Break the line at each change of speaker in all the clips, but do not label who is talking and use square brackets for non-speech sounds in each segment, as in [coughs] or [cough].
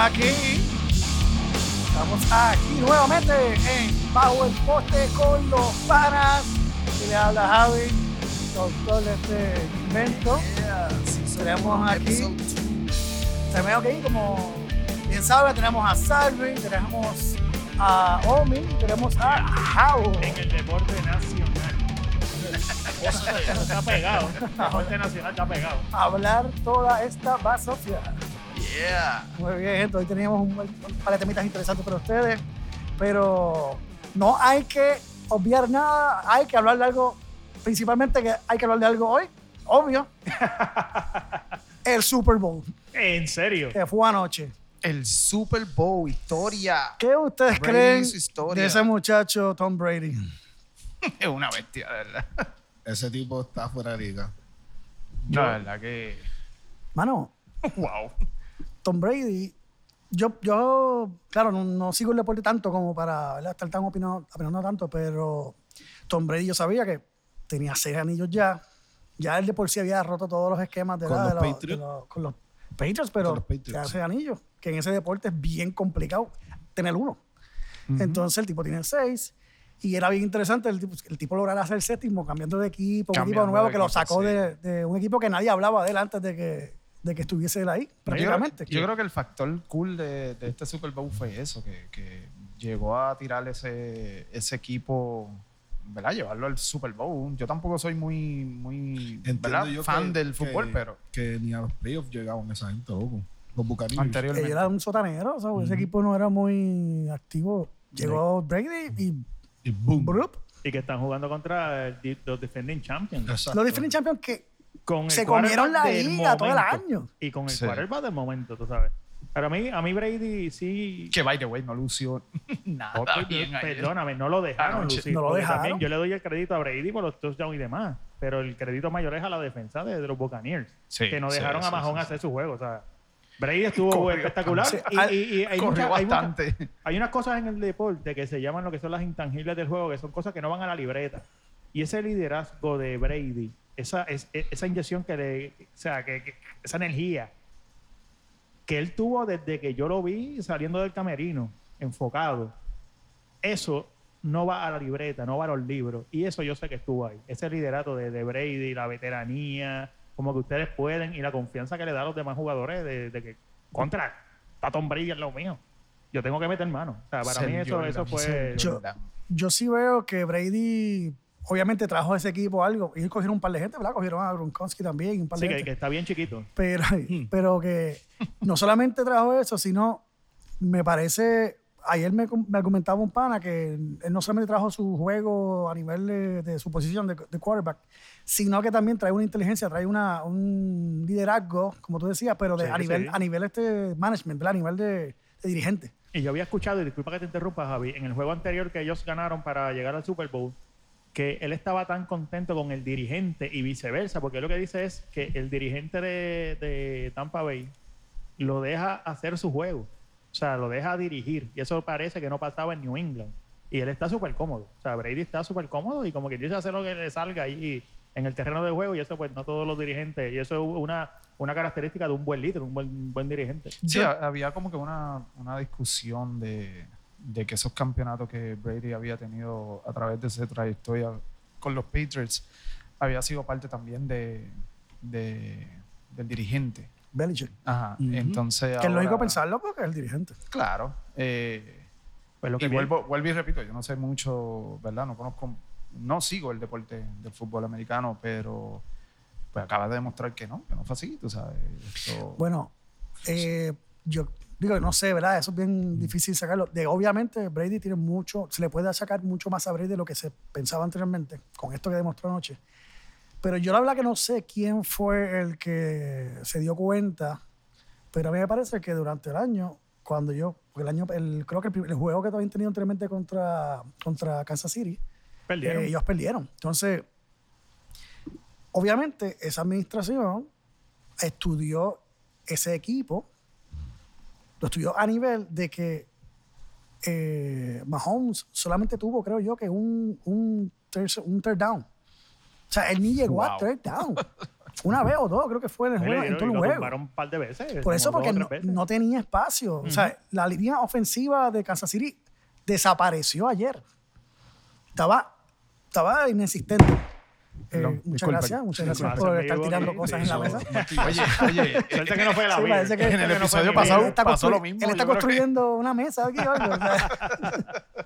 aquí. Estamos aquí nuevamente en Bajo el Poste con los panas. Que le habla Javi, doctor de este invento. Tenemos aquí. Tenemos aquí, como bien saben, tenemos a Salvi, tenemos a Omi, tenemos a Jao.
En el deporte nacional. está [laughs] pegado. El deporte nacional está pegado.
Hablar toda esta basofia.
Yeah.
Muy bien, gente. Hoy teníamos un, buen- un par de temitas interesantes para ustedes, pero no hay que obviar nada, hay que hablar de algo, principalmente que hay que hablar de algo hoy,
[laughs]
obvio. El Super Bowl,
En serio.
que fue anoche.
El Super
[laughs]
Bowl, historia.
¿Qué ustedes
Brady
creen
y su historia.
de ese muchacho Tom Brady?
Es una bestia, de verdad. [laughs]
Ese tipo está fuera de liga.
No, de verdad que.
Mano,
Wow.
Tom Brady, yo, yo claro, no, no sigo el deporte tanto como para ¿verdad? estar tan opinado, opinando tanto, pero Tom Brady yo sabía que tenía seis anillos ya. Ya él de por sí había roto todos los esquemas de,
Con
la- de
los
los-
Patriots.
de los- con los Patriots, pero
Con los Patriots.
ya seis anillos, que en ese deporte es bien complicado tener uno. Entonces el tipo tiene seis. Y era bien interesante el tipo, el tipo lograr hacer séptimo, cambiando de equipo, un
Cambiando
equipo nuevo
de
que lo
equipo,
sacó
sí.
de, de un equipo que nadie hablaba de él antes de que, de que estuviese él ahí, prácticamente.
Yo creo, yo creo que el factor cool de, de este Super Bowl fue eso, que, que llegó a tirar ese, ese equipo, ¿verdad? Llevarlo al Super Bowl. Yo tampoco soy muy, muy
Entiendo
¿verdad?
yo
fan
que-
del fútbol,
que-
pero
Que ni a los playoffs llegaban esa gente, loco. Los bucarillos.
anteriormente.
Él era un sotanero, o sea, ese equipo no era muy activo. Llegó Brady y
Y boom.
Brup.
Y que están jugando contra el di- los defending champions.
Exacto.
Los defending champions que
Con el
se comieron la
quarterback del
liga todo el
momento.
año.
Y con el
Sí.
quarterback del momento, tú sabes. Pero a mí, a mí Brady sí...
Que by the way, no lució [laughs] nada.
Ok,
bien ayer.
perdóname, no lo dejaron,
Anoche.
lucir,
No lo
porque
dejaron.
también yo le doy el crédito a Brady por los touchdowns y demás, pero el crédito mayor es a la defensa de los Buccaneers,
Sí,
que no
sí,
dejaron
sí,
a Mahón
sí, sí.
hacer su juego. O sea, Brady estuvo
Corrió
espectacular.
bastante.
y, y- y hay
Corrió
mucha- hay mucha-
bastante.
hay unas cosas en el deporte que se llaman lo que son las intangibles del juego, que son cosas que no van a la libreta. Y ese liderazgo de Brady, esa, es- es- esa inyección que le. O sea, que, que- esa energía que él tuvo desde que yo lo vi saliendo del camerino, enfocado. Eso no va a la libreta, no va a los libros. Y eso yo sé que estuvo ahí. Ese liderato de, de Brady, la veteranía, como que ustedes pueden, y la confianza que le da a los demás jugadores de, de que, contra, está Tom Brady es lo mío. Yo tengo que meter mano. O sea, para mí eso,
Señor,
eso fue...
señor.
Yo-
verdad.
yo sí veo que Brady obviamente trajo a ese equipo algo. Ellos cogieron un par de gente, ¿verdad? Cogieron a Gronkowski también y un par de
Sí, que,
gente.
que está bien chiquito.
pero,
Hmm.
pero que no solamente trajo eso, sino me parece, ayer me, com- me comentaba un pana que él no solamente trajo su juego a nivel de, de su posición de, de quarterback, sino que también trae una inteligencia, trae una, un liderazgo, como tú decías, pero de,
Sí,
a,
sí.
nivel, a nivel este management, ¿verdad? a nivel de, de dirigente.
Y yo había escuchado, y disculpa que te interrumpa, Javi, en el juego anterior que ellos ganaron para llegar al Super Bowl, que él estaba tan contento con el dirigente y viceversa, porque él lo que dice es que el dirigente de, de Tampa Bay lo deja hacer su juego, o sea, lo deja dirigir, y eso parece que no pasaba en New England. Y él está súper cómodo, o sea, Brady está súper cómodo y como que dice hacer lo que le salga ahí en el terreno de juego, y eso pues no todos los dirigentes, y eso es una, una característica de un buen líder, un buen, buen dirigente.
Sí, ha- había como que una, una discusión de, de que esos campeonatos que Brady había tenido a través de esa trayectoria con los Patriots había sido parte también de, de- del dirigente.
Belichick.
Ajá.
Ujú.
Entonces.
Que es
ahora-
lógico pensarlo porque es el dirigente.
Claro. eh,
Pues lo que
y
viene-
vuelvo, vuelvo y repito, yo no sé mucho, ¿verdad? No conozco, no sigo el deporte del fútbol americano, pero pues acaba de demostrar que no, que no fue así, tú sabes. Esto-
Bueno, eh, yo digo, no sé, ¿verdad? Eso es bien difícil sacarlo. De, obviamente, Brady tiene mucho, se le puede sacar mucho más a Brady de lo que se pensaba anteriormente, con esto que demostró anoche. Pero yo la verdad que no sé quién fue el que se dio cuenta, pero a mí me parece que durante el año, cuando yo, el año, el, creo que el, prim- el juego que habían tenido anteriormente contra, contra Kansas City,
perdieron.
eh, ellos perdieron. Entonces, obviamente, esa administración estudió ese equipo, lo estudió a nivel de que eh, Mahomes solamente tuvo, creo yo, que un, un, tercer- un third down. O sea, él ni llegó a
Wow.
third down. Una vez o dos, creo que fue en, el
Le
juego,
dieron
en
y
todo el
lo
juego.
tumbaron un par de veces.
Por eso,
como
porque
dos o
no,
tres veces.
no tenía espacio. O sea, la línea ofensiva de Kansas City desapareció ayer. Estaba, estaba inexistente. Eh,
Perdón,
muchas
disculpen.
gracias, muchas gracias
Pasa,
por
me
estar
llevo
tirando
aquí,
cosas
sí,
en la
no.
mesa.
Oye,
[laughs]
oye,
Este
Suerte que no fue la
Sí,
vida.
parece que-
[laughs] En el
Suerte que no fue
episodio
la
Él
pasado-
vida.
está
pasó lo
construy-
mismo,
Él
yo
está
creo que-
construyendo una mesa aquí. o algo, o sea. [laughs]
[laughs]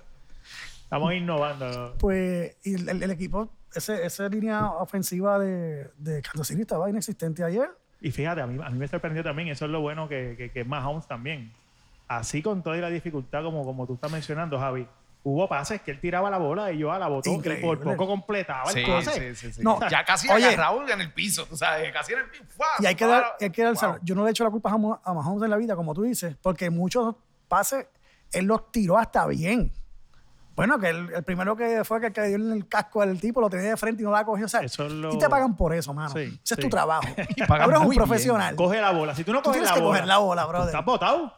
Estamos innovando.
Pues y el, el- el equipo, ese, esa línea ofensiva de, de Kansas City estaba inexistente ayer.
Y fíjate, a mí, a mí me sorprendió también, eso es lo bueno que, que, que es Mahomes también. Así con toda la dificultad, como, como tú estás mencionando, Javi, hubo pases que él tiraba la bola y yo a la botó y por
Increíble.
poco completaba el
Sí,
pase.
sí, sí, sí.
[laughs] No,
ya casi
oye.
agarrado en el piso, tú sabes, casi en el piso. ¡fua!
Y hay que dar,
¡Fua!
hay que dar el
Wow.
saludo. Yo no le echo la culpa a Mahomes- a Mahomes en la vida, como tú dices, porque muchos pases él los tiró hasta bien. Bueno, que el, el primero que fue que, que dio en el casco al tipo lo tenía de frente y no la cogió. O sea,
Eso es lo-
Y te pagan por eso, mano.
Sí,
Ese es
sí.
tu
[laughs]
trabajo.
Y pagan
Ahora es un
muy bien.
profesional.
Coge la bola. Si tú no
Tú
coges
tienes
la
que
bola, Pues
coger la bola,
tú
brother.
estás botado.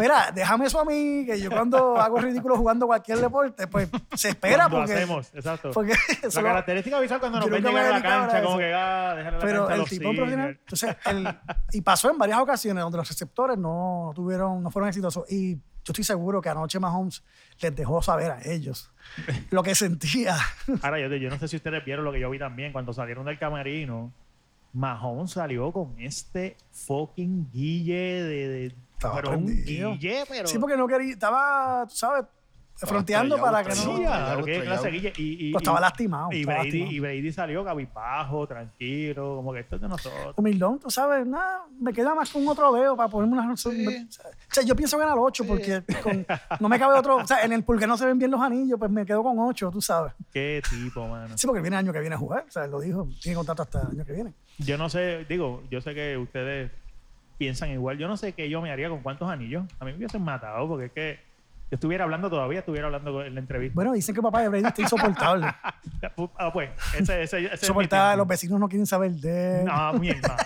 Mira, déjame eso a mí, que yo cuando hago ridículo jugando cualquier deporte, pues se espera
Cuando
porque.
hacemos, exacto.
Porque
la
eso lo-
característica visual cuando
yo
nos ven
nunca me
llegar a la
había dedicado a
cancha, como
eso.
que ah, déjale la
Pero
cancha a
el
los
tipo
seniors.
profesional, entonces, el- y pasó en varias ocasiones donde los receptores no tuvieron, no fueron exitosos. Y yo estoy seguro que anoche Mahomes les dejó saber a ellos lo que sentía.
Ahora, yo, yo no sé si ustedes vieron lo que yo vi también. Cuando salieron del camerino, Mahomes salió con este fucking guille de... de
Estaba
pero un
prendido.
guille, pero...
Sí, porque no quería, estaba, tú sabes, fronteando
estrellado,
para que
Sí,
no.
estrellado.
ah,
tryout,
qué
tryout.
clase de guille. Y, y-
Pues estaba
y-
lastimado,
Y
estaba
Brady,
lastimado.
y Brady salió cabizbajo, tranquilo, como que esto es de nosotros.
Humildón, tú sabes, nada, me queda más que un otro dedo para ponerme una. O sea, yo pienso ganar ocho porque con- no me cabe otro. O sea, en el pulgar no se ven bien los anillos, pues me quedo con ocho, tú sabes.
Qué tipo, mano.
Sí, porque viene el año que viene a jugar, o sea, él lo dijo, tiene contrato hasta el año que viene.
Yo no sé, digo, yo sé que ustedes piensan igual. Yo no sé qué yo me haría con cuántos anillos. A mí me hubiesen matado porque es que yo estuviera hablando todavía, estuviera hablando con- en la entrevista.
Bueno, dicen que papá de Brady está
[laughs]
insoportable.
Ah, pues, ese, ese, ese es mi
insoportable,
tema.
los vecinos no quieren saber de él.
No, mi hermano.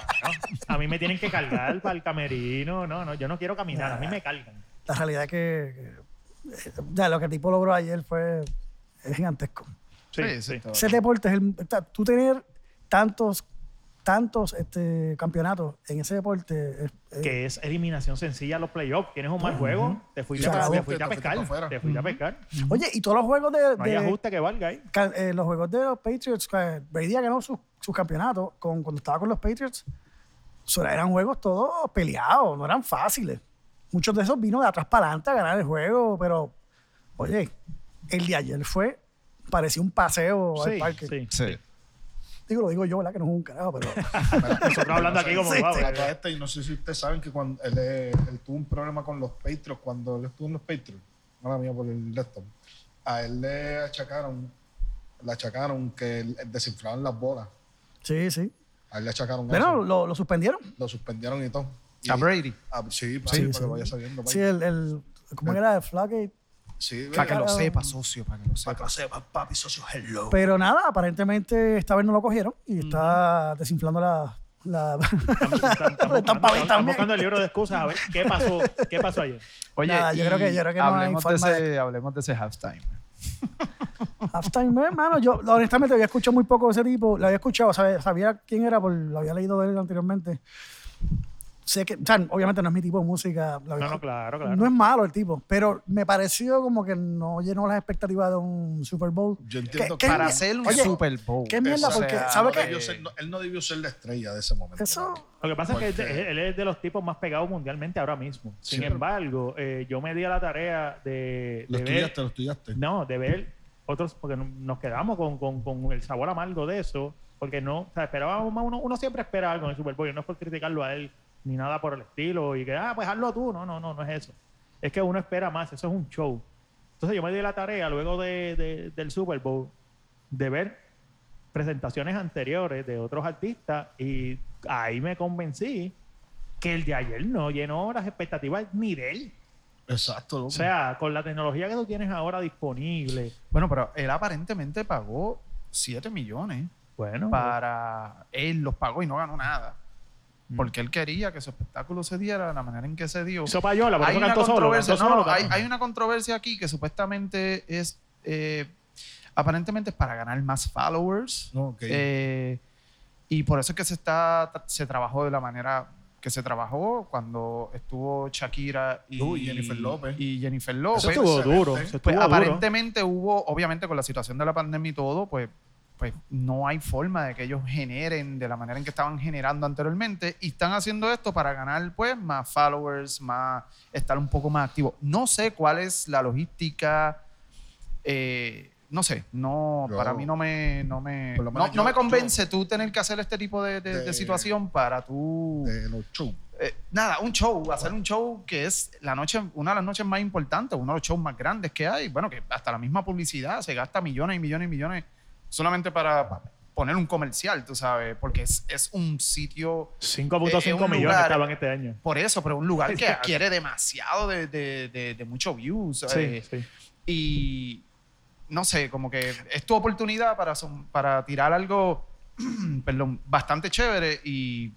A mí me tienen que cargar para el camerino. No, no, yo no quiero caminar. A mí me cargan.
La realidad es que, que- ya, lo que el tipo logró ayer fue es gigantesco.
Sí,
Sí,
sí.
sí, todo.
Ese deporte es el, o sea, tú tener tantos tantos este, campeonatos en ese deporte es- es-
Que es eliminación sencilla a los playoffs. Tienes un mal juego, te fuiste,
Se
a,
acabó.
te fuiste a
Te fuiste pa'
pescar.
afuera.
Te fuiste a pescar.
Oye, y todos los juegos de,
No
de-
hay ajuste que valga ahí.
ca- eh, los juegos de los Patriots, eh, Brady ganó sus sus campeonatos con, cuando estaba con los Patriots. so- eran juegos todos peleados, no eran fáciles. Muchos de esos vino de atrás para adelante a ganar el juego, pero oye, el de ayer fue, parecía un paseo al
Sí,
parque. [laughs]
sí.
Sí.
Digo, lo digo yo, ¿verdad? Que no es un carajo,
[laughs]
pero
Nosotros hablando aquí como,
Sí,
wow,
sí.
eh,
Acá este, y no sé si ustedes saben que cuando él, eh, él tuvo un problema con los Patriots, cuando él estuvo en los Patriots, mala mía por el laptop, a él le achacaron, le achacaron que él- él desinflaban las bolas.
sí, sí.
A él le achacaron
Bueno,
eso.
lo, lo suspendieron.
Lo suspendieron y todo. Y-
A Brady.
Ah, sí, pa,
Sí,
para
sí.
que vaya Eh. sabiendo. pa.
Sí, el, el ¿cómo era? El Flaggate.
Sí,
Para que
venga,
lo sepa, socio, para que lo
para que
sepa.
lo sepa, papi, socio, hello.
Pero nada, aparentemente esta vez no lo cogieron y está desinflando la... la- [laughs]
están, están buscando,
Están pa' ver
están
también.
buscando el libro de excusas a ver qué pasó, qué pasó ayer.
Oye,
Nada, yo
y
creo que- yo creo que no hay
hablemos, de
forma
ese, hablemos de ese halftime.
Halftime, hermano, yo honestamente había escuchado muy poco de ese tipo, lo había escuchado, sabe- sabía, quién era, por, lo había leído de él anteriormente. Sé que, o sea, obviamente no es mi tipo de música, lo había
No, no,
escu-
claro, claro.
no es malo el tipo, pero me pareció como que no llenó las expectativas de un Super Bowl.
Yo entiendo
¿Qué-
que
qué-
Para
mierda?
hacer un
Oye,
Super Bowl.
qué mierda,
Eso,
porque,
o sea, eh,
¿sabe
no
qué?
debió ser- no- él no debió ser la estrella de ese momento.
Eso,
Lo que pasa es que él,
Porque-
él- él es de los tipos más pegados mundialmente ahora mismo. Sin
Sí.
embargo, eh, yo me di a la tarea de,
Lo
de ver...
estudiaste, lo estudiaste.
No, de ver otros, porque no- nos quedamos con, con- con el sabor amargo de eso, porque no, o sea, esperábamos más, uno, uno siempre espera algo en el Super Bowl, y no es por criticarlo a él, ni nada por el estilo, y que, ah, pues hazlo tú, no, no, no, no es eso. Es que uno espera más, eso es un show. Entonces yo me di la tarea luego de- de- del Super Bowl de ver presentaciones anteriores de otros artistas y ahí me convencí que el de ayer no llenó las expectativas ni de él.
Exacto, loco.
O sea, con la tecnología que tú tienes ahora disponible,
Bueno, pero él aparentemente pagó 7 millones
Bueno,
para... Él los pagó y no ganó nada.
Mm.
Porque él quería que su espectáculo se diera de la manera en que se dio.
hizo payola, por
hay
eso
una
cantó solo.
controversia,
Cantó
no,
solo
no, hay,
cantó.
hay una controversia aquí que supuestamente es eh, aparentemente es para ganar más followers.
No, ok.
Eh, Y por eso es que se, está, se trabajó de la manera que se trabajó cuando estuvo Shakira y
Uy, Jennifer López.
Y Jennifer López.
Eso
estuvo
excelente.
duro. eso estuvo
Pues
duro.
aparentemente hubo, obviamente con la situación de la pandemia y todo, pues, pues no hay forma de que ellos generen de la manera en que estaban generando anteriormente y están haciendo esto para ganar pues más followers, más estar un poco más activo. No sé cuál es la logística, eh, no sé, no,
Yo-
para mí no me, no me,
Por lo
no,
menos
no
yo-
me convence tú tener que hacer este tipo de, de- de
De-
situación para tú
de los shows.
eh, nada, un show, hacer un show que es la noche, una de las noches más importantes, uno de los shows más grandes que hay. Bueno, que hasta la misma publicidad se gasta millones y millones y millones solamente para pa- poner un comercial, tú sabes, porque es, es un sitio,
5.5
Eh, un
millones
lugar-
estaban este año.
por eso, pero un lugar
[laughs]
que
Exacto.
adquiere demasiado de, de, de- de mucho views.
Sí,
¿sabes?
sí.
Y no sé, como que es tu oportunidad para, son- para tirar algo, [clears throat] perdón, bastante chévere y.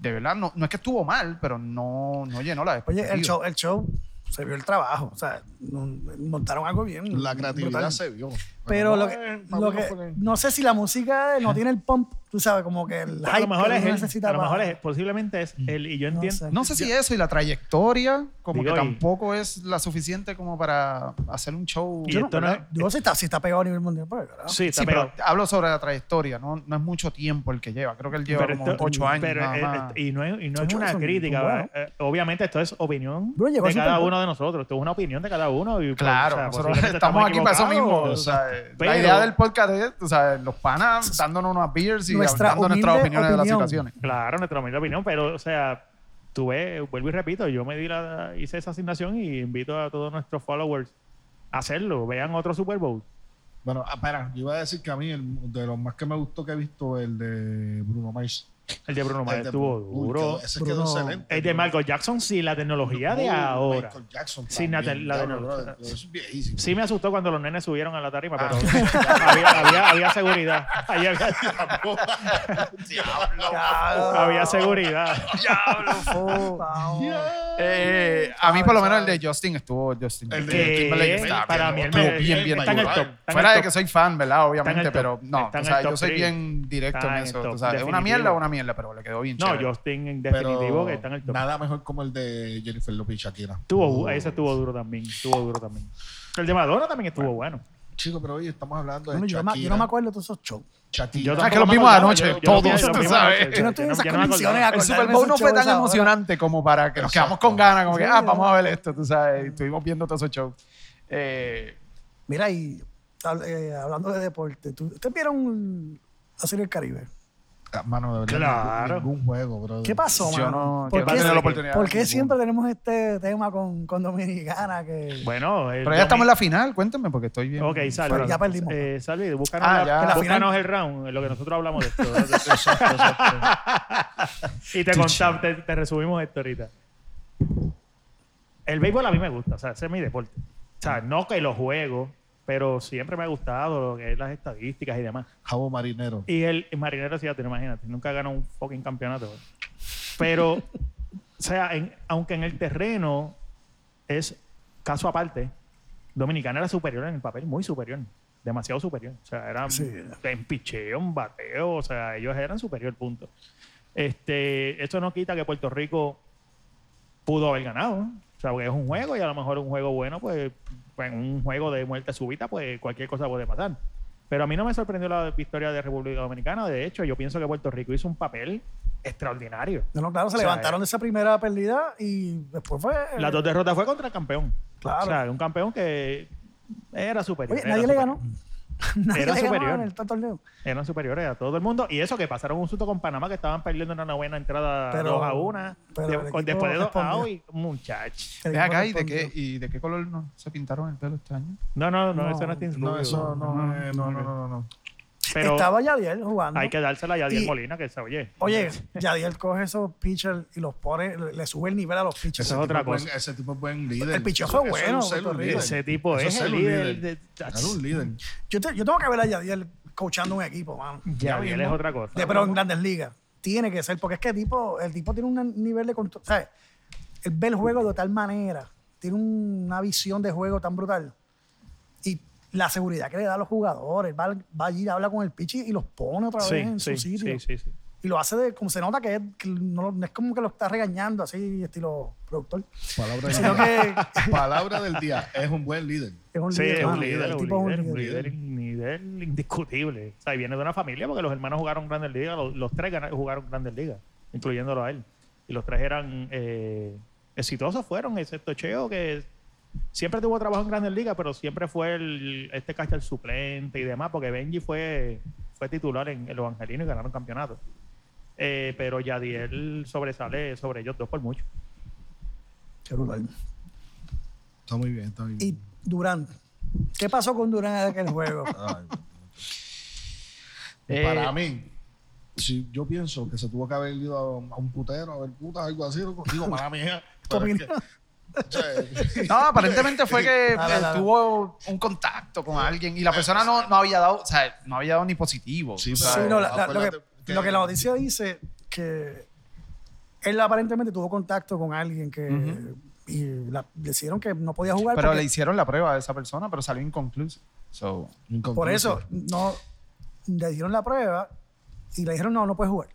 De verdad, no, no es que estuvo mal, pero no, no llenó la
Oye,
expectativa.
el show, el show se vio el trabajo. O sea, no- montaron algo bien.
mm,
La creatividad
brutal.
se vio.
Pero
Bueno,
lo
pues,
no, eh,
que,
para
lo
mí
que-
no fue que-
no sé si la música no tiene el pump, tú sabes, como que el
A
hype
lo mejor
que
es
uno
él.
necesita
A lo
para-
mejor es Posiblemente es
Mm.
él. Y yo
No
entiendo.
sé.
No sé si eso y la trayectoria, como
Digo,
que
y-
tampoco es la suficiente como para hacer un show.
Y
Yo no,
esto no es-
yo no sé si está, si está pegado a nivel mundial, pero ¿verdad?
Sí, está
Sí,
pegado.
pero hablo sobre la trayectoria, no, no es mucho tiempo el que lleva. Creo que él lleva
Pero
como
esto-
ocho años.
pero,
nada
eh,
más.
eh, y no es, y no es
Ocho
una
años,
crítica.
bueno.
¿verdad? Eh, obviamente esto es opinión
Bro, llegó
de
a
cada
50.
uno de nosotros. Esto es una opinión de cada uno. y, pues,
claro,
o sea,
nosotros
posiblemente
estamos aquí para eso mismo.
equivocados,
o sea,
pero-
la idea del podcast es tú sabes, los panas dándonos unas beers y
Nuestra
dando nuestras
humilde
opiniones de las
opinión.
situaciones.
Claro, nuestra humilde opinión, pero, o sea, tú ves, vuelvo y repito, yo me di la, hice esa asignación y invito a todos nuestros followers a hacerlo. Vean otro Super Bowl.
Bueno, ah, espera, yo iba a decir que a mí el, de los más que me gustó que he visto el de Bruno Mars.
El de Bruno Mars
El de
estuvo
Bruno- uy,
duro.
quedó- ese quedó
Bruno-
excelente.
El de Michael Jackson, sí, la tecnología de
Uy,
ahora.
Michael Jackson.
Sí,
también,
Natal- la de
diablo,
los-
brother, eso es viejísimo.
Sí
[laughs]
me asustó cuando los nenes subieron a la tarima, pero
Ah.
[laughs] había, había- había seguridad. Ahí había,
Diablo,
Ya,
había
[laughs]
seguridad.
diablo, fo.
Vamos.
Eh, a
ah,
mí por lo menos el de Justin estuvo Justin.
El de
Que
Timberlake está
para mí
bien,
el
pero
mejor-
bien, bien
está en el top.
brutal.
está en
Fuera
el
de
top.
que soy fan, ¿verdad?
Está en
Obviamente,
el
pero
top.
no.
Está en
o sea,
el top
yo soy
three.
bien directo
Está
en
en
eso.
el top,
tú sabes, es una
definitivo.
mierda o una mierda, pero le quedó bien
No,
chévere.
Justin en
Pero
definitivo que está en el top.
Nada mejor como el de Jennifer Lopez y Shakira. Uh,
Estuvo, ese estuvo duro también. Estuvo duro también. El de Madonna también estuvo bueno.
Chico, pero oye, estamos hablando de
Bueno, yo, no
Shakira.
me- yo no me acuerdo de todos esos shows.
Shakira.
Yo
Ah, que
tampoco
los
me
vimos
acordaba,
anoche,
yo- yo los vi-
todos,
los
tú
vimos
sabes.
anoche,
Yo no estoy en
yo
esas
yo me acordaba.
condiciones,
El
acordarme
Super
de
Bowl
esos
no fue
shows
tan
ahora.
emocionante como para que nos
Exacto.
quedamos con ganas, como que,
Sí,
ah,
no.
vamos a ver esto, tú sabes. y Estuvimos viendo todos esos shows. Eh,
Mira, y hab- eh, hablando de deporte, ¿tú- ¿ustedes vieron la Serie del Caribe?
Ah, Mano, de verdad,
Claro.
ningún, ningún juego, brother.
¿Qué pasó,
yo
mano?
no,
¿Por
yo
qué,
no he tenido la
se-
oportunidad.
por qué
de
siempre tenemos este tema con, con Dominicana? Que,
Bueno, el
Pero ya estamos en
domi-
la final, cuéntame, porque estoy bien.
Ok, Salvi.
Pero ya perdimos.
Eh, Salvi, búscanos,
Ah,
la-
ya. Que
la
búscanos
final-
el round, en lo que nosotros hablamos
[laughs]
de esto.
Exacto, exacto.
y te contamos, te, te resumimos esto ahorita. El béisbol a mí me gusta, o sea, ese es mi deporte. O sea, no que lo juego, pero siempre me ha gustado lo que es las estadísticas y demás.
Jabo Marinero.
Y el Marinero sí, ya te imagínate, nunca ganó un fucking campeonato. Pero, [laughs] o sea, en- aunque en el terreno es caso aparte, Dominicana era superior en el papel, muy superior, demasiado superior. O sea, era
Sí.
en picheo, en bateo, o sea, ellos eran superior, punto. Este, esto no quita que Puerto Rico pudo haber ganado. O sea, porque es un juego y a lo mejor un juego bueno, pues en un juego de muerte súbita, pues cualquier cosa puede pasar. Pero a mí no me sorprendió la victoria de República Dominicana. De hecho, yo pienso que Puerto Rico hizo un papel extraordinario.
no, no, claro, se
O sea,
levantaron de esa primera pérdida y después fue. eh,
Las dos derrotas fue contra el campeón.
Claro.
O sea, un campeón que era superior.
Oye,
era
nadie le
superior.
ganó. [laughs] Nadie
Era
le
superior.
ganó en el torneo.
Eran superiores a todo el mundo. Y eso que pasaron un susto con Panamá, que estaban perdiendo una novena entrada
Pero-
2 a 1.
pero
de-
el equipo
con- después de 2 a
respondió.
y muchachos.
El
Ven
equipo
acá, ¿y de,
respondió.
qué, ¿y de qué color no se pintaron el pelo este año?
No, no, no,
No,
eso no es Team
No,
Rubio.
eso no, eh, no, no,
ok.
no, no, no.
Pero
Estaba Yadiel jugando.
hay que dársela a Yadier
Y-
Molina, que se oye.
Oye,
[laughs]
Yadiel coge esos pitchers y los pone, le le sube el nivel a los pitchers.
Ese
es otra
tipo es
cosa.
buen- ese tipo es buen líder.
El picheo
Eso-
fue
eso es
bueno,
un ser
Puerto
un
Rico.
líder.
Ese tipo
Eso
es
ser
el
un
líder de-
Era
[laughs]
un líder.
Yo, te- yo tengo que ver a Yadiel coachando un equipo, mano.
Yadier es otra cosa.
De, pero en grandes ligas. Tiene que ser, porque es que tipo, el tipo tiene un nivel de control. ¿Sabes? Él ve el juego de tal manera, tiene una visión de juego tan brutal. Y la seguridad que le da a los jugadores. Va, va allí, habla con el pichi y los pone otra vez
Sí,
en
sí,
su sitio.
sí, sí, sí.
Y lo hace de, como se nota que, es, que no, no es como que lo está regañando así, estilo productor.
Palabra
Sino
del día.
que
Palabra del día. Es un buen líder.
es un
Sí,
líder.
es un
mano.
líder,
El
un
tipo es un
líder, un
líder.
líder, in- nivel indiscutible. O sea, y viene de una familia porque los hermanos jugaron Grandes Ligas, los, los tres gana- jugaron Grandes Ligas, incluyéndolo a él. Y los tres eran eh, exitosos, fueron, excepto Cheo, que siempre tuvo trabajo en Grandes Ligas, pero siempre fue el, este el suplente y demás, porque Benji fue, fue titular en, en Los Angelinos y ganaron campeonato. Eh, pero Yadiel sobresale sobre ellos dos por mucho.
Celular.
Está muy bien, está muy
Y
bien.
Durán. ¿Qué pasó con Durán en aquel juego?
Ay,
[laughs] Eh,
Para mí, si yo pienso que se tuvo que haber ido a, a un putero, a ver putas, algo así, no
[laughs]
digo, mala mía. pero es que- o sea, eh,
No, aparentemente fue que
Nada,
eh,
nada.
tuvo un contacto con alguien y la persona no, no había dado, o sea, no había dado ni positivo.
Sí,
o
pero-
sea,
Sí, no, la- la- lo,
acuérdate
que,
que-
lo que la noticia dice que él aparentemente tuvo contacto con alguien que
Ujú.
y la- decidieron que no podía jugar.
pero
porque-
le hicieron la prueba a esa persona, pero salió inconcluso. So,
inconcluso.
por eso no le dieron la prueba y le dijeron no, no puedes jugar.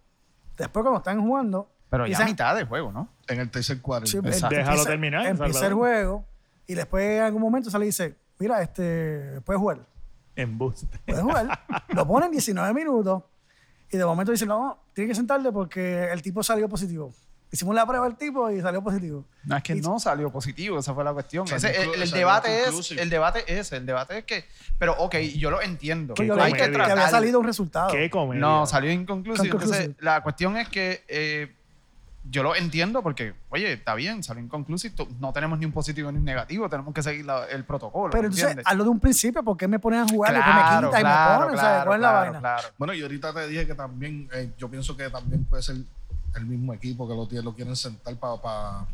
Después cuando están jugando,
pero ya a
empiezan-
mitad del juego, ¿no?
En el tercer cuarto.
sí,
Exacto.
empieza-
Déjalo terminar,
Empieza el
Salvador.
juego y después en algún momento se le dice, mira, este, puedes jugar.
En boost.
puedes
[laughs]
jugar. Lo ponen 19 minutos y de momento dicen, no, tiene que sentarte porque el tipo salió positivo. Hicimos la prueba al tipo y salió positivo.
No es que
Y-
no salió positivo, esa fue la cuestión.
Salió
Ese- el,
inclu-
el
salió
debate es,
inconclusive.
el debate es, el debate es que, pero ok, yo lo entiendo.
Que
Qué
Pues yo
hay
le-
comedia.
que
que había
tratar.
salido un resultado.
¿Qué comedia?
No, salió inconcluso.
Inconcluso.
Entonces, la cuestión es que eh, yo lo entiendo porque, oye, está bien, salió inconcluso y tú- no tenemos ni un positivo ni un negativo, tenemos que seguir la- el protocolo.
Pero entonces,
¿entiendes?
hazlo de un principio, ¿por qué me ponen a jugar? Después
claro,
me quitan y me
claro,
ponen, ¿sabes?
claro,
¿Cuál es la
claro,
vaina?
claro.
Bueno, y ahorita te dije que también, eh, yo pienso que también puede ser el mismo equipo que lo, tiene- lo quieren sentar para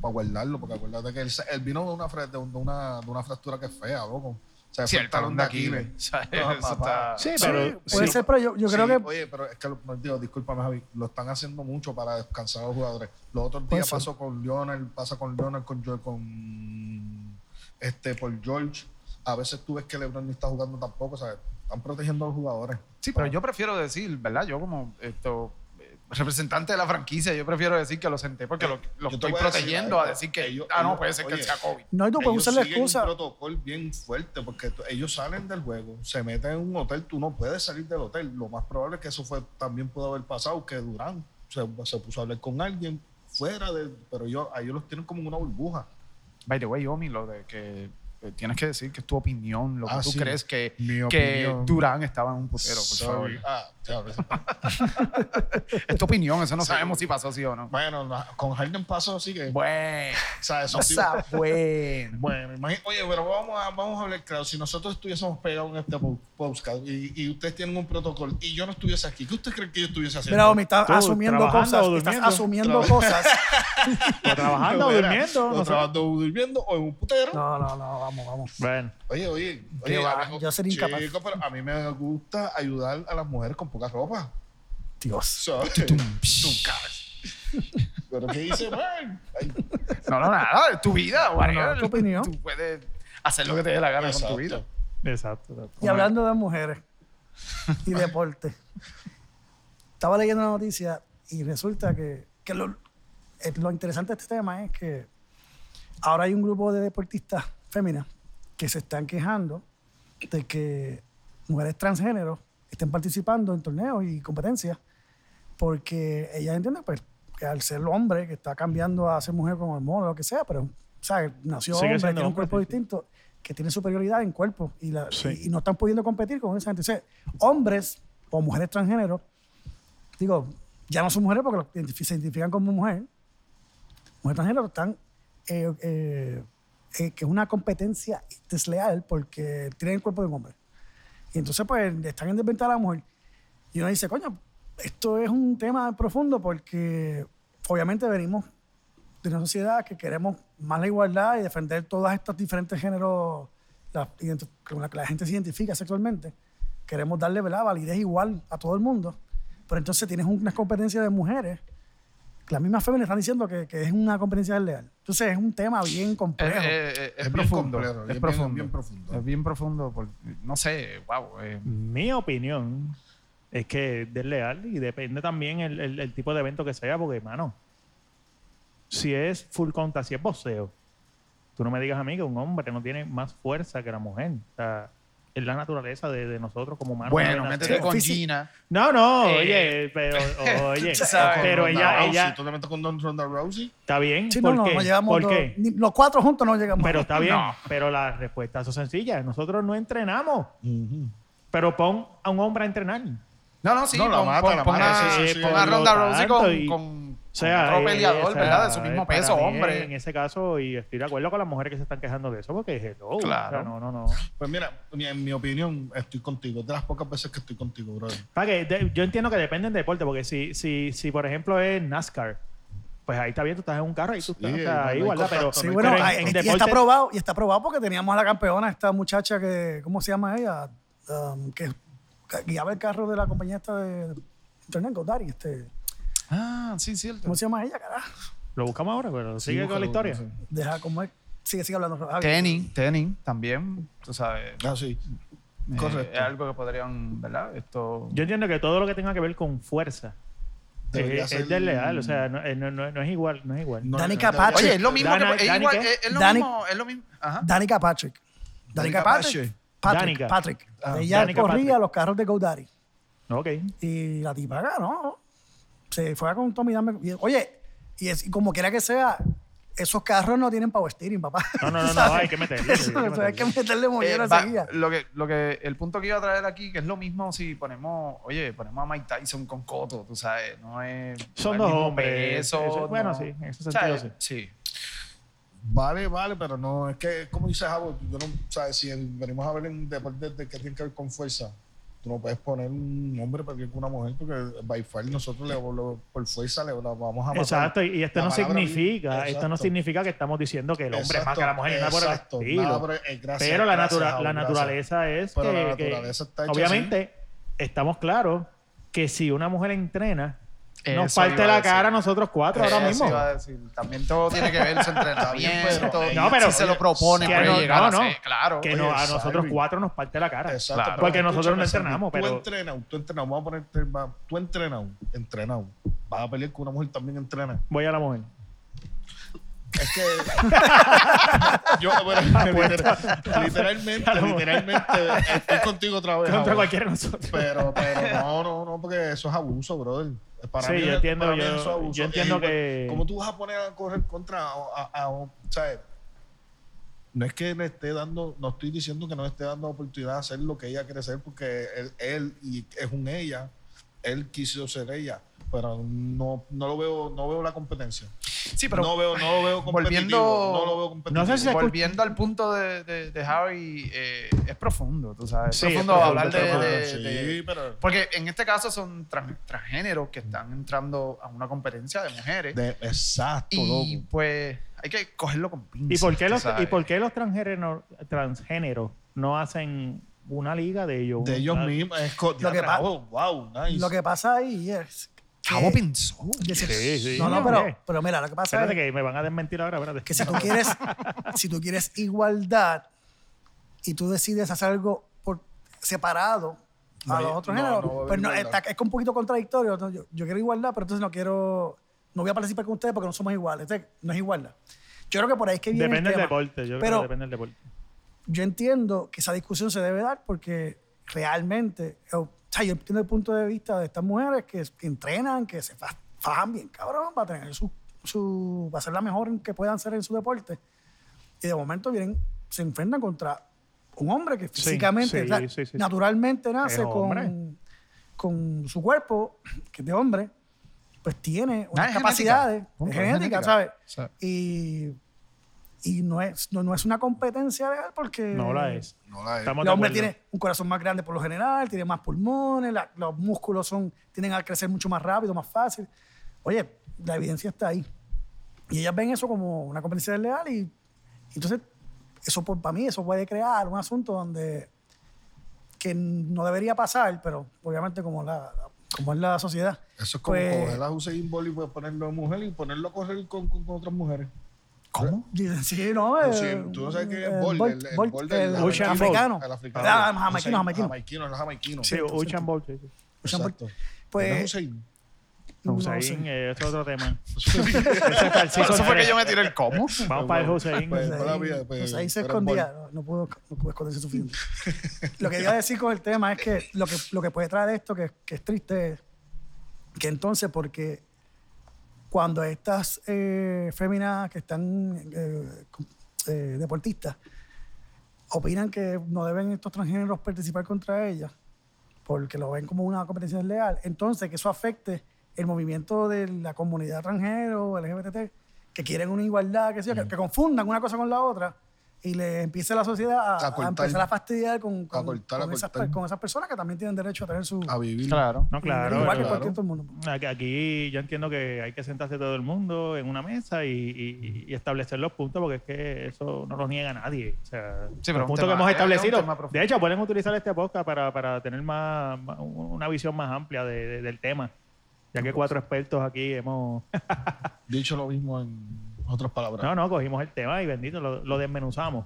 guardarlo, porque acuérdate que él, se- él vino de una, fra- de, un- de una, de una fractura que es fea, loco. O sea,
Sí,
fue
el talón de Aquiles. [laughs] O sea,
No,
eso
papá.
está-
Sí,
Sí,
pero.
puede
sí.
ser, pero yo, yo
Sí,
creo que
Oye, pero es que, lo- no, digo, discúlpame, Javi, lo están haciendo mucho para descansar a los jugadores. Los otros
Puede
días
ser.
pasó con Lionel, pasa con Lionel, con, George- con este, por George. A veces tú ves que LeBron no está jugando tampoco, ¿sabes? Están protegiendo a los jugadores.
Sí, pero yo prefiero decir, ¿verdad? Yo como esto, eh, representante de la franquicia, yo prefiero decir que lo senté porque lo, lo
Yo te
estoy
voy a decir
protegiendo
algo.
a decir que,
Ellos-
ah, no,
ellos-
puede ser que
oye,
sea COVID.
no hay tú puedes
ellos
usar la
siguen
excusa. [laughs]
un protocolo bien fuerte porque tú- ellos salen del juego, se meten en un hotel, tú no puedes salir del hotel. Lo más probable es que eso fue también pudo haber pasado, que Durán se, se puso a hablar con alguien fuera de... Pero ellos, a ellos los tienen como en una burbuja.
By the way, Omi, lo de que eh, tienes que decir que es tu opinión, lo que
Ah,
tú
sí.
crees que,
Mi
que
opinión.
Durán estaba en un putero, por
Sorry.
favor.
Ah, diablo.
Es tu opinión, eso no
[laughs] Sí.
sabemos si pasó sí o
[laughs]
no.
bueno, no, con Harden pasó así que... Bueno,
Bueno,
¿sabes?
o
Son
sea,
tipos-
bueno.
Bueno, imagi- oye, pero vamos a, vamos a hablar claro. Si nosotros estuviésemos pegados en este po- podcast y, y ustedes tienen un protocolo y yo no estuviese aquí, ¿qué ustedes creen que [laughs] yo estuviese haciendo?
Mira, Omi, estás
Tú,
asumiendo
trabajando
cosas.
o
Estás
durmiendo.
asumiendo cosas.
O
[laughs]
trabajando, o
Mira,
durmiendo.
o
no sé.
trabajando o durmiendo o en un putero.
No, no, no, vamos, vamos.
Bueno,
Oye, oye,
Qué
oye
va,
hablando-
yo sería incapaz.
Chico, pero a mí me gusta ayudar a las mujeres con poca ropa.
Dios.
So,
Tum,
Tú,
psh.
cabrón. pero ¿qué dice, man? Ay,
No, no, nada, es tu vida, whatever.
tu opinión.
Tú puedes hacer lo que te dé la gana con
exacto.
tu vida.
exacto. exacto.
Y hablando de mujeres y deporte, estaba leyendo una noticia y resulta que, que lo, eh, lo interesante de este tema es que ahora hay un grupo de deportistas féminas que se están quejando de que mujeres transgénero estén participando en torneos y competencias porque ellas entienden pues, que al ser hombre que está cambiando a ser mujer con hormonas lo que sea, pero o sea, nació
Sigue
hombre,
siendo
tiene un
hombre,
cuerpo
sí, sí.
distinto, que tiene superioridad en cuerpo y, la-
Sí.
y- y no están pudiendo competir con esa gente. O sea, hombres o mujeres transgénero, digo, ya no son mujeres porque lo identif- se identifican como mujer, mujeres transgénero están, eh, eh, eh, que es una competencia desleal porque tienen el cuerpo de un hombre. Y entonces, pues, están en desventaja a la mujer. Y uno dice, coño, esto es un tema profundo porque obviamente venimos de una sociedad que queremos más la igualdad y defender todos estos diferentes géneros la- ident- con la que la gente se identifica sexualmente. Queremos darle ¿verdad? validez igual a todo el mundo. Pero entonces tienes un- unas competencias de mujeres que las mismas féminas están diciendo que, que es una competencia desleal. Entonces es un tema bien
Es,
complejo.
Eh,
es- es- es
bien
profundo.
complejo,
es
bien- bien-
profundo.
bien profundo.
Es bien profundo. por- no sé, wow. eh,
Mi opinión Es que es desleal y depende también el, el- el tipo de evento que sea, porque, hermano, si es full contact, si es boxeo, tú no me digas a mí que un hombre no tiene más fuerza que la mujer. O sea, es la naturaleza de, de nosotros como humanos.
Bueno,
Nosotros
métete
nacemos-
con
físico.
Gina.
No, no,
Eh,
oye, pero, oye,
tú sabes.
pero
Ronda
ella,
Rousey,
ella,
¿Tú te metes con Don Ronda Rousey?
está bien.
Sí, no,
eh, ¿Por
no,
qué?
no llegamos.
¿Por
los,
qué?
ni- los cuatro juntos no llegamos.
Pero está bien,
No.
pero la respuesta a eso es sencilla. Nosotros no entrenamos, pero pon a un hombre a entrenar.
No, no, sí.
No, la
pon-
mata,
pon-
la
pon
mata,
a-
sí, sí, sí.
pon a
Por lo
Ronda Rousey
tanto,
con,
y-
con-
O sea,
con otro
eh,
peleador,
o sea,
¿verdad? De su
eh,
mismo
para
peso,
mí,
hombre.
En ese caso, y estoy de acuerdo con las mujeres que se están quejando de eso, porque dije, no,
Claro.
no, no, no.
Pues mira, mi- en mi opinión, estoy contigo. Es de las pocas veces que estoy contigo, brother.
Para que de- yo entiendo que depende del deporte, porque si, si, si, por ejemplo, es NASCAR, pues ahí está bien, tú estás en un carro y tú estás
Sí,
o sea,
no hay
ahí, ¿verdad? Pero,
contacto,
Sí,
no hay
bueno,
pero en-
hay-
en
y- y está
deporte-
probado, y está probado porque teníamos a la campeona, esta muchacha que, ¿cómo se llama ella? Um, que que guiaba el carro de la compañía esta de Internet, Godari, este,
Ah, sí, cierto.
¿cómo se llama ella, carajo?
Lo buscamos ahora, pero
Sí,
sigue con la
búscalo,
historia.
no sé.
Deja como es, sigue, sigue hablando. Javi.
Tenis, tenis también, tú sabes.
Ah, sí.
eh,
Correcto.
es algo que podrían, ¿verdad? Esto.
Yo entiendo que todo lo que tenga que ver con fuerza
Debería
es,
ser-
es desleal, o sea, no, eh, no- no- no es igual, no es igual.
No,
Dani
no,
Capacho.
debería-
Oye, es lo mismo
Dana-
que. Es,
Danica.
igual, es, es lo
Dani-
mismo, es lo mismo. Ajá.
Danica Patrick. Danica
Danica
Patrick. Patrick.
Danica.
Patrick.
Ah,
ella
Danica
corría
Patrick.
los carros de Godari.
Ok.
Y la tipa ganó. Se fue a con Tommy Dame. Y, oye, y, es- y como quiera que sea, esos carros no tienen power steering, papá. [laughs]
No, no, no,
[laughs]
no,
¿Sabes?
hay que meterle,
Eso,
hay que
o sea, hay que
meterle.
meterle mollera
Eh, va-
enseguida.
lo que, lo que, el punto que iba a traer aquí, que es lo mismo si ponemos, oye, ponemos a Mike Tyson con Cotto, tú sabes, no es.
Son
no
dos
es el mismo
hombres,
peso,
eso- bueno,
no.
sí, en ese
O sea,
sentido,
eh, sí.
Vale, vale, pero no, es que, como dice Javo, yo no, ¿sabes? si el- venimos a ver en deportes de que tiene que ver con fuerza, tú no puedes poner un hombre para que con una mujer, porque by far nosotros le, lo- por fuerza le la vamos a matar.
Exacto, y y esto
La
no
palabra vi-
significa, esto no
Exacto.
significa que estamos diciendo que el hombre es más que la mujer y nada por el
Exacto,
estilo.
nada por el- eh, gracias,
Pero la,
gracias,
natura-
Javo,
la
gracias.
naturaleza es
Pero
que,
la
que-
naturaleza está hecha
obviamente estamos claros que si una mujer entrena, nos
Eso
parte
iba a
la
decir.
cara a nosotros cuatro ahora
Eso
mismo.
iba a decir, También todo tiene que ver
[laughs]
su entrenamiento.
pero-
No, pero-
si se lo propone,
que
puede
no-
llegar
no,
a
no.
ser, claro.
Que
Oye,
no, a
Salvi.
nosotros cuatro nos parte la cara.
Exacto,
Claro.
pero
Porque nosotros no
escúchame,
entrenamos,
Tú
pero-
entrenas, tú entrenas, vamos a ponerte, va- tú entrenas, entrenado. Vas a pelear con una mujer también entrena.
Voy a la mujer.
Es
[laughs]
que. yo, bueno, literal-
[laughs]
literalmente, literalmente, estoy contigo otra vez.
Contra
Javo.
cualquiera de nosotros. [laughs]
Pero, pero no, no, no, porque eso es abuso, brother. Para
Sí,
mí,
yo
es-
entiendo,
para mí
yo-
eso es abuso.
yo entiendo
Es igual,
que-
¿Cómo tú vas a poner a correr contra a, a- a un- ¿sabes? No es que le esté dando, no estoy diciendo que no le esté dando oportunidad de hacer lo que ella quiere hacer, porque él, él y es un ella, él quiso ser ella, pero no, no lo veo, no veo la competencia.
Sí, pero
no veo, no lo veo competitivo,
volviendo-
no lo veo competitivo.
No sé si se-
volviendo al punto de, de, de Harry, eh, es profundo, tú sabes. Es
Sí, es
profundo
profundo,
hablar de-
es profundo,
de-
Sí,
de,
pero
Porque en este caso son tran- transgéneros que están entrando a una competencia de mujeres.
de- exacto,
y
loco.
pues hay que cogerlo con
¿Y
pinzas.
por qué
tú
los,
sabes.
¿y por qué los transgénero- transgéneros no hacen una liga de ellos?
De ellos
Ah,
mismos. Es co-
Lo que
Diablo,
pa-
wow, wow, nice.
Lo que pasa ahí es. que-
Chavo pensó.
que si-
Sí, sí.
no, no, pero, pero mira, lo que pasa
[laughs] Espérate
es
que me van a desmentir ahora, espérate.
que si tú quieres, si tú quieres igualdad y tú decides hacer algo por separado
No
a
hay-
los otros
no,
géneros,
no va a haber
pues no,
igualdad.
está- es que un poquito contradictorio. ¿no? Yo, yo quiero igualdad, pero entonces no quiero, no voy a participar con ustedes porque no somos iguales. Entonces, no es igualdad. Yo creo que por ahí es que viene el
Depende del
tema.
deporte, yo creo
Pero-
que depende del deporte.
yo entiendo que esa discusión se debe dar porque realmente, o sea, yo entiendo el punto de vista de estas mujeres que, que entrenan, que se fa- fajan bien, cabrón, para tener su, su, para ser la mejor en que puedan ser en su deporte. Y de momento vienen, se enfrentan contra un hombre que físicamente,
sí,
o sea,
sí, sí.
naturalmente nace
Es hombre.
con, con su cuerpo, que es de hombre, pues tiene
Nada,
unas
es genética.
capacidades
Punto, es
genéticas,
genética.
¿sabes?
O sea,
y, y no, es, no, no es una competencia legal porque
No la es.
No la es.
Estamos
El
de
hombre
acuerdo.
tiene un corazón más grande por lo general, tiene más pulmones, la- los músculos son, tienden a crecer mucho más rápido, más fácil. Oye, la evidencia está ahí. Y ellas ven eso como una competencia legal y entonces eso por- para mí eso puede crear un asunto donde que no debería pasar, pero obviamente como, la, la- como es la sociedad.
Eso es como
Pues-
coger a Usain Bolt y pues, ponerlo de mujer y ponerlo a correr con, con- con otras mujeres.
¿Cómo? Sí, no.
Sí,
eh,
tú no sabes qué
eh,
es Bolt,
Bolt,
el, el
Bolt,
Bolt
el
del
Usain Bolt.
africano.
El africano.
Ah, jamaiquino,
Usain-
jamaiquino.
jamaiquino, el jamaiquino.
Sí,
Cierto,
Usain
cierto.
Bolt, sí, sí.
Luchan por-
Exacto. ¿Era
Pues,
Hussein?
no
Hussein,
sé.
eh, eso es otro
[laughs]
tema.
Por eso fue que yo me tiré el cómo.
Vamos para el Hussein.
Pues,
Pues
no la
ahí,
vi, pues,
pues ahí se
era
escondía, no, no pudo, no pudo esconderse
[laughs]
suficiente. lo que iba a decir con el tema es que lo que, lo que puede traer esto, que, que es triste, es que entonces, porque cuando estas eh, féminas que están eh, com- eh, deportistas opinan que no deben estos transgéneros participar contra ellas, porque lo ven como una competencia desleal, entonces que eso afecte el movimiento de la comunidad transgénero, LGBT, que quieren una igualdad, que, que, que confundan una cosa con la otra y le empiece la sociedad a,
A
a
cortar.
empezar a fastidiar con, con,
cortar, a
con esas,
cortar. Ah,
per- con esas personas que también tienen derecho a tener su...
A vivir.
Claro.
No, claro.
igual que
claro.
cualquier todo el mundo.
Aquí- Aquí yo entiendo que hay que sentarse todo el mundo en una mesa y, y- y establecer los puntos, porque es que eso no lo niega nadie. O sea,
Sí, pero
los
un
puntos
tema-
que hemos
es- es un tema
establecido.
profundo.
De hecho, pueden utilizar este podcast para, para tener más, más- una visión más amplia de- de- del tema, ya que cuatro expertos aquí hemos...
Dicho lo mismo en otras palabras.
No, no, cogimos el tema y bendito, lo, lo desmenuzamos.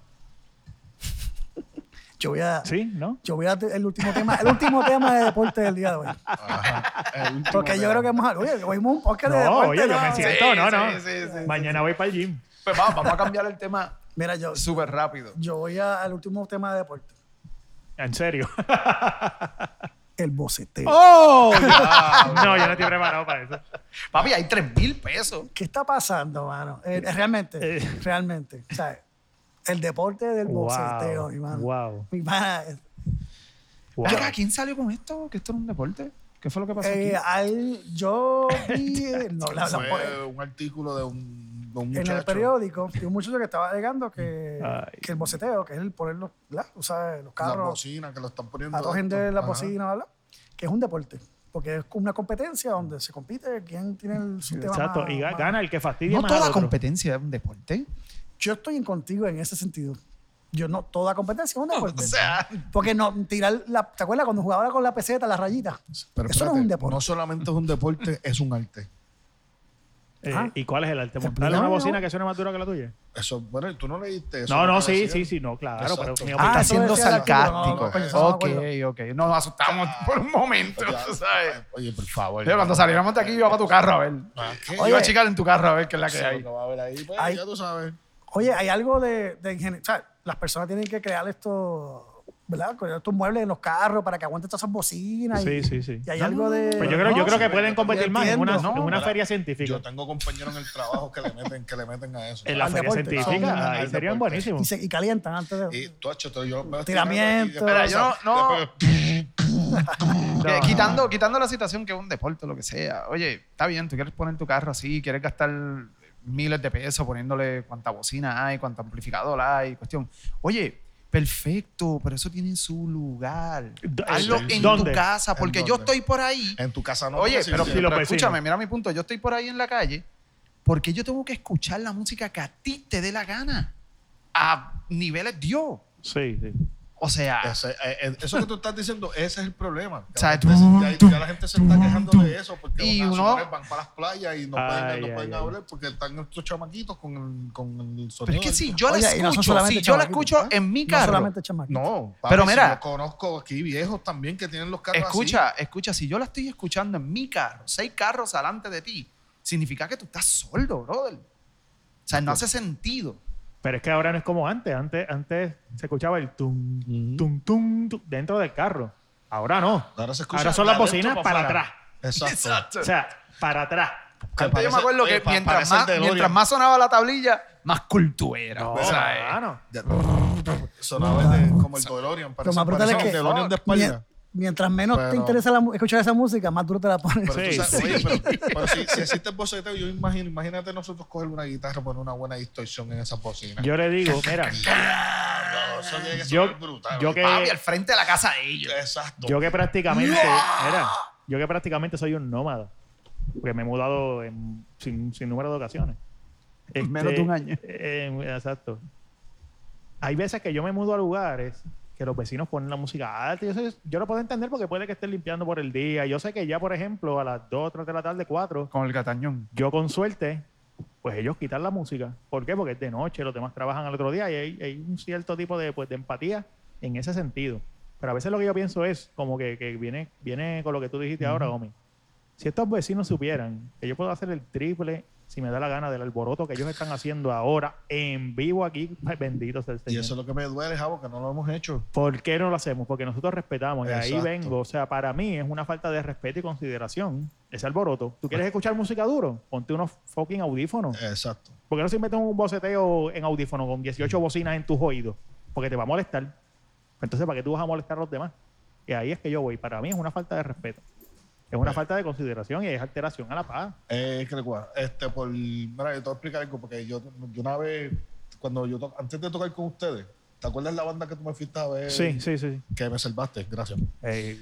Yo voy a...
¿Sí? ¿No?
Yo voy a el último tema, el último [laughs] tema de deporte del día de hoy.
Ajá. El último
Porque yo
tema.
creo que hemos oye, hoy hemos un podcast de
No,
deporte.
oye, yo
ya.
me siento,
Sí,
no, no.
sí, sí, sí,
Mañana voy para el gym.
Pues vamos, vamos a cambiar el tema
Mira, yo,
súper rápido.
yo voy a- al último tema de deporte.
En serio.
El boceteo.
[laughs]
¡Oh!
No, yo no estoy preparado para eso.
Papi, hay 3 mil pesos.
¿Qué está pasando, mano? Eh, realmente,
Eh.
realmente. O sea, el deporte del boceteo, mi mano.
wow,
Mi pana, eh,
wow.
Acá, ¿quién salió con esto? ¿Que esto era un deporte? ¿Qué fue lo que pasó aquí?
eh, al- yo vi eh, no, la- la-
Fue un artículo de un, de un
en
muchacho.
el periódico de un muchacho que estaba alegando que,
Ay.
que el boceteo, que es el poner los, la- o sea, los
Las
carros
bocinas que lo están poniendo.
a toda gente
esto.
la
Ajá.
bocina, bla, bla, que es un deporte. Porque es como una competencia donde se compite quién tiene el su este tema
Exacto,
más-
y ga-
más-
gana el que fastidia
No
más
toda
al otro.
competencia es un deporte.
Yo estoy en contigo en ese sentido. Yo no, toda competencia es un deporte.
O sea,
Porque no, tirar la. ¿Te acuerdas cuando jugaba con la peseta, las rayitas? Eso no
Pero
es
espérate,
un deporte.
No solamente es un deporte, es un arte.
Eh,
Ah.
¿Y cuál es el arte? ¿Montarle
Explícame,
una
¿no?
bocina que suene más dura que la tuya?
Eso, bueno, tú no leíste eso.
no,
lo
no,
que
sí,
decía?
sí, sí, no, claro.
Exacto.
Pero mi
Ah,
opinión-
está
eso
siendo
decía el artículo,
sarcástico.
no, coño, eso no me
ok, ok. Nos asustamos por un momento,
Ya,
tú ¿sabes?
Oye, por favor.
Yo cuando saliéramos de aquí, yo iba para tu carro a ver.
Ah, ¿qué?
Oye,
Yo iba a chicar en tu carro a ver qué es la que
Eso es lo
hay.
que va a haber ahí, pues,
Ay.
ya tú sabes.
Oye, hay algo de, de ingeniero. O sea, las personas tienen que crear estos. ¿Verdad? Crear Estos muebles en los carros para que aguanten todas esas bocinas. y-
Sí, sí, sí.
Y hay
No,
algo
no,
de.
Pues yo creo,
No,
yo creo
sí,
que
pero
pueden
yo
competir más en una,
entiendo,
en una
Mira,
feria científica.
Yo tengo compañeros en el trabajo que le meten, que le meten a eso.
En la
Al
feria
deporte,
científica,
son-
ahí
al
serían
deporte.
Y,
buenísimos.
se- y calientan antes de.
Y tú, hacho, yo los veo
Tiramiento.
estirando y
Espera,
después-
yo no- no.
después-
Que quitando, quitando la situación que es un deporte, lo que sea. Oye, está bien, tú quieres poner tu carro así, quieres gastar miles de pesos poniéndole cuánta bocina hay, cuánta amplificador hay, cuestión. Oye, perfecto, pero eso tiene su lugar.
D-
Hazlo
eh,
en
¿dónde?
tu casa,
¿En
porque yo
dónde?
estoy por ahí.
En tu casa no.
Oye,
porque
pero,
sí,
pero
los vecinos.
escúchame, mira mi punto. Yo estoy por ahí en la calle porque yo tengo que escuchar la música que a ti te dé la gana. A niveles Dios.
Sí, sí.
O sea,
Ese- eh, eh, eso que tú estás diciendo, ese es el problema. Que
O sea,
la gente se- ya,
tum,
ya la gente se está quejando de eso porque
Y
los
uno-
nacionales van para las playas y no
Ay,
pueden, no
ay,
pueden
ay.
hablar porque están estos chamaquitos con el, con el sonido.
pero es que
del-
si yo la
Oye, y no son
escucho,
solamente
si yo la
chamaquitos,
escucho
¿eh?
en mi
No
carro,
solamente chamaquitos.
No,
Pero
pero mira.
mira.
yo conozco aquí viejos también que tienen los carros
Escucha, escucha, si yo la estoy escuchando en mi carro, seis carros adelante de ti, significa que tú estás sordo, brother. O sea, no hace sentido. [laughs]
Pero es que ahora no es como antes. Antes, antes se escuchaba el tum,
Ujú.
tum, tum, tum dentro del carro. Ahora no.
así. Ahora, se escucha
Ahora son
de
las
adentro
bocinas para
afuera.
atrás.
Exacto.
O sea, para atrás.
Antes yo
parece-
me acuerdo
oye,
que
pa-
mientras
parece
más,
el DeLorean.
mientras más sonaba la tablilla, más culto era.
No,
O sea, eh,
mano.
Ya- Sonaba el de- como el DeLorean. Parece,
más brutal
parece
es
el
que-
DeLorean de
Mien-
espalda.
mientras menos te
Pero-
interesa la mu- escuchar esa música, más duro te la pones.
Pero, tú
Sí,
sabes- oye, pero, pero si, si existe el boceteo, yo imagino, imagínate nosotros coger una guitarra, poner una buena distorsión en esas bocinas.
Yo le digo, mira,
No, eso tiene que
Yo-
sonar brutal.
yo que-
papi, al frente de la casa de ellos.
Exacto.
yo que prácticamente, mira, yo que prácticamente soy un nómada, porque me he mudado en, sin, sin número de ocasiones.
En menos de un año.
eh, exacto. Hay veces que yo me mudo a lugares que los vecinos ponen la música alta. y eso es- yo lo puedo entender porque puede que estén limpiando por el día. Yo sé que ya, por ejemplo, a las 2, 3 de la tarde, 4,
Con el catañón.
yo con suerte, pues ellos quitan la música. ¿Por qué? Porque es de noche, los demás trabajan al otro día y hay, hay un cierto tipo de, pues, de empatía en ese sentido. Pero a veces lo que yo pienso es, como que, que viene, viene con lo que tú dijiste ahora, Omi. Si estos vecinos supieran que yo puedo hacer el triple, si me da la gana, del alboroto que ellos están haciendo ahora en vivo aquí, ay, bendito sea el
Y
Señor.
eso es lo que me duele, Javo, que no lo hemos hecho.
¿Por qué no lo hacemos? Porque nosotros respetamos. Y ahí
Exacto.
vengo. O sea, para mí es una falta de respeto y consideración. Ese alboroto. ¿Tú quieres escuchar música duro? Ponte unos fucking audífonos.
Exacto.
¿Por qué no se inventan un boceteo en audífono con 18 bocinas en tus oídos? Porque te va a molestar. Entonces, ¿para qué tú vas a molestar a los demás? Y ahí es que yo voy. Para mí es una falta de respeto. Es una falta de consideración y es alteración a la paz.
Eh, que le cua- este, por, mira, yo te voy a explicar algo, porque yo, yo una vez, cuando yo, to- antes de tocar con ustedes, ¿te acuerdas la banda que tú me fuiste a ver?
Sí, sí, sí.
Que me salvaste, gracias. Eh,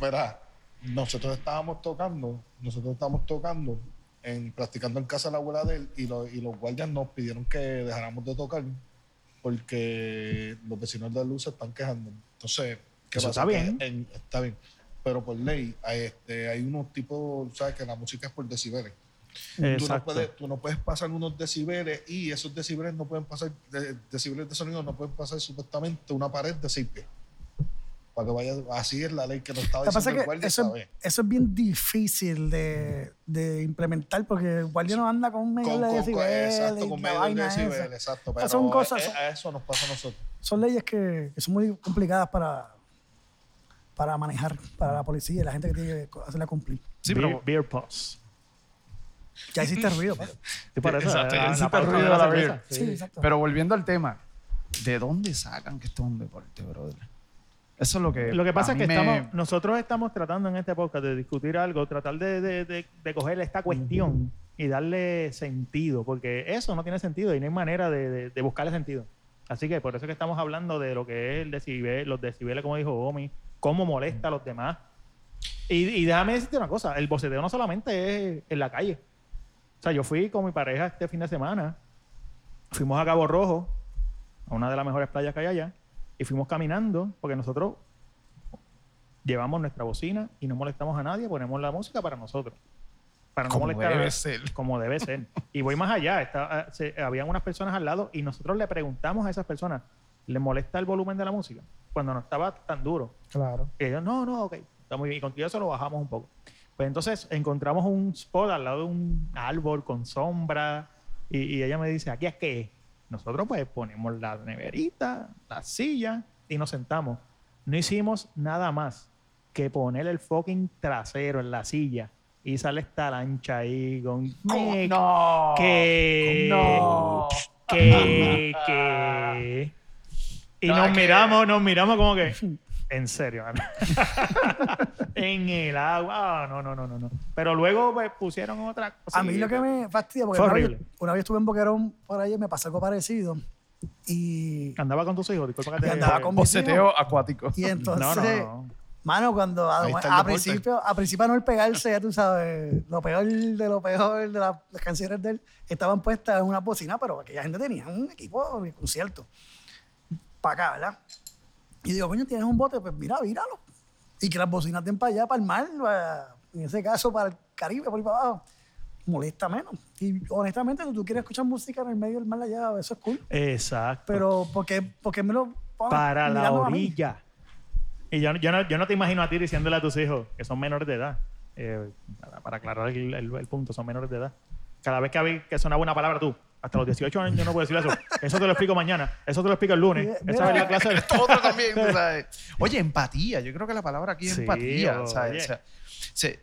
Verá, nosotros estábamos tocando, nosotros estábamos tocando, en, practicando en casa de la abuela de él, y, lo- y los guardias nos pidieron que dejáramos de tocar, porque los vecinos de luz se están quejando. Entonces, ¿qué
Eso
pasa?
está
Que
bien.
en- está bien. Pero por ley, hay, este, hay unos tipos, ¿sabes? Que la música es por decibeles. Tú no,
Exacto.
puedes, tú no puedes pasar unos decibeles y esos decibeles no pueden pasar, de- decibeles de sonido no pueden pasar supuestamente una pared de seis pies. Para que vaya, así es la ley que nos estaba
Lo que pasa
diciendo
es que
el guardia
eso,
esta vez.
eso es bien difícil de, de implementar porque el guardia no anda con un medio
Con,
de
con- con-
decibeles
exacto,
y
con
la
medio
vaina esa.
decibeles, exacto. Pero
son cosas-
a-
son-
a eso nos pasa a nosotros.
Son leyes que, que son muy complicadas para, para manejar, para la policía y la gente que tiene que co- hacerla cumplir.
Sí,
beer,
pero
beer pause.
Ya hiciste ruido, pa.
Sí, por eso,
Exacto,
la- Ah, la
ese
pausa
ruido
de la
de la
cerveza.
beer.
Sí, exacto.
Pero volviendo al tema, ¿de dónde sacan que esto es un deporte, brother? Eso es lo que.
Lo que pasa
a
es que
mí me-
estamos, nosotros estamos tratando en este podcast de discutir algo, tratar de, de- de- de coger esta cuestión y darle sentido, porque eso no tiene sentido y no hay manera de, de- de buscarle sentido. Así que por eso es que estamos hablando de lo que es el decibel, los decibeles, como dijo Omi, cómo molesta a los demás. Y, y déjame decirte una cosa, el boceteo no solamente es en la calle. O sea, yo fui con mi pareja este fin de semana, fuimos a Cabo Rojo, a una de las mejores playas que hay allá, y fuimos caminando, porque nosotros llevamos nuestra bocina y no molestamos a nadie, ponemos la música para nosotros. Para no
Como
molestar
debe
a-
ser. [laughs]
Como debe ser. Y voy más allá. está- ah, se- habían unas personas al lado y nosotros le preguntamos a esas personas, ¿les molesta el volumen de la música? Cuando no estaba tan duro.
Claro.
Y ellos, no, no, ok, está muy bien. Y contigo eso lo bajamos un poco. Pues entonces encontramos un spot al lado de un árbol con sombra y, y ella me dice, ¿aquí es qué? Nosotros pues ponemos la neverita, la silla y nos sentamos. No hicimos nada más que poner el fucking trasero en la silla y sale esta lancha ahí con...
¿Cómo?
que-
¡No!
que-
¡No!
que,
[laughs]
que. Y
No,
nos
es que-
miramos, nos miramos como
[laughs]
que. En serio, [laughs] mano. en el agua. Ah, no, no, no, no, no. Pero luego pues, pusieron otra cosa.
A mí lo que me fastidia, porque
Fue
una vez,
horrible.
una vez estuve en Boquerón por ahí y me pasó algo parecido y,
Andaba con tus hijos, disculpa que
y
te
andaba con mis hijos.
Boceteo acuático.
Y entonces,
No, no, no.
mano, cuando a,
Ahí está el
a
deporte.
principio, a principio no el pegarse, ya tú sabes, lo peor de lo peor de la- las canciones de él estaban puestas en una bocina, pero aquella gente tenía un equipo de concierto para acá, ¿verdad? Y digo, coño, tienes un bote, pues mira, víralo. Y que las bocinas den para allá, para el mar, para- en ese caso para el Caribe, por ahí para abajo. Molesta menos. Y honestamente, si tú quieres escuchar música en el medio del mar allá, eso es cool.
Exacto.
Pero, ¿por qué, por qué me lo pones
para la
Ah, mirando a mí?
orilla. Y yo, yo, no, yo no te imagino a ti diciéndole a tus hijos, que son menores de edad, eh, para, para aclarar el, el- el punto, son menores de edad. Cada vez que, hab- que sonaba una palabra tú, hasta los 18 años yo no puedo decir eso. Eso te lo explico mañana, eso te lo explico el lunes.
Mira,
Esa es la clase de...
[laughs] Otro también. tú sabes. Oye, empatía. Yo creo que la palabra aquí es
Sí,
empatía. ¿sabes?
oye.
O sea, se-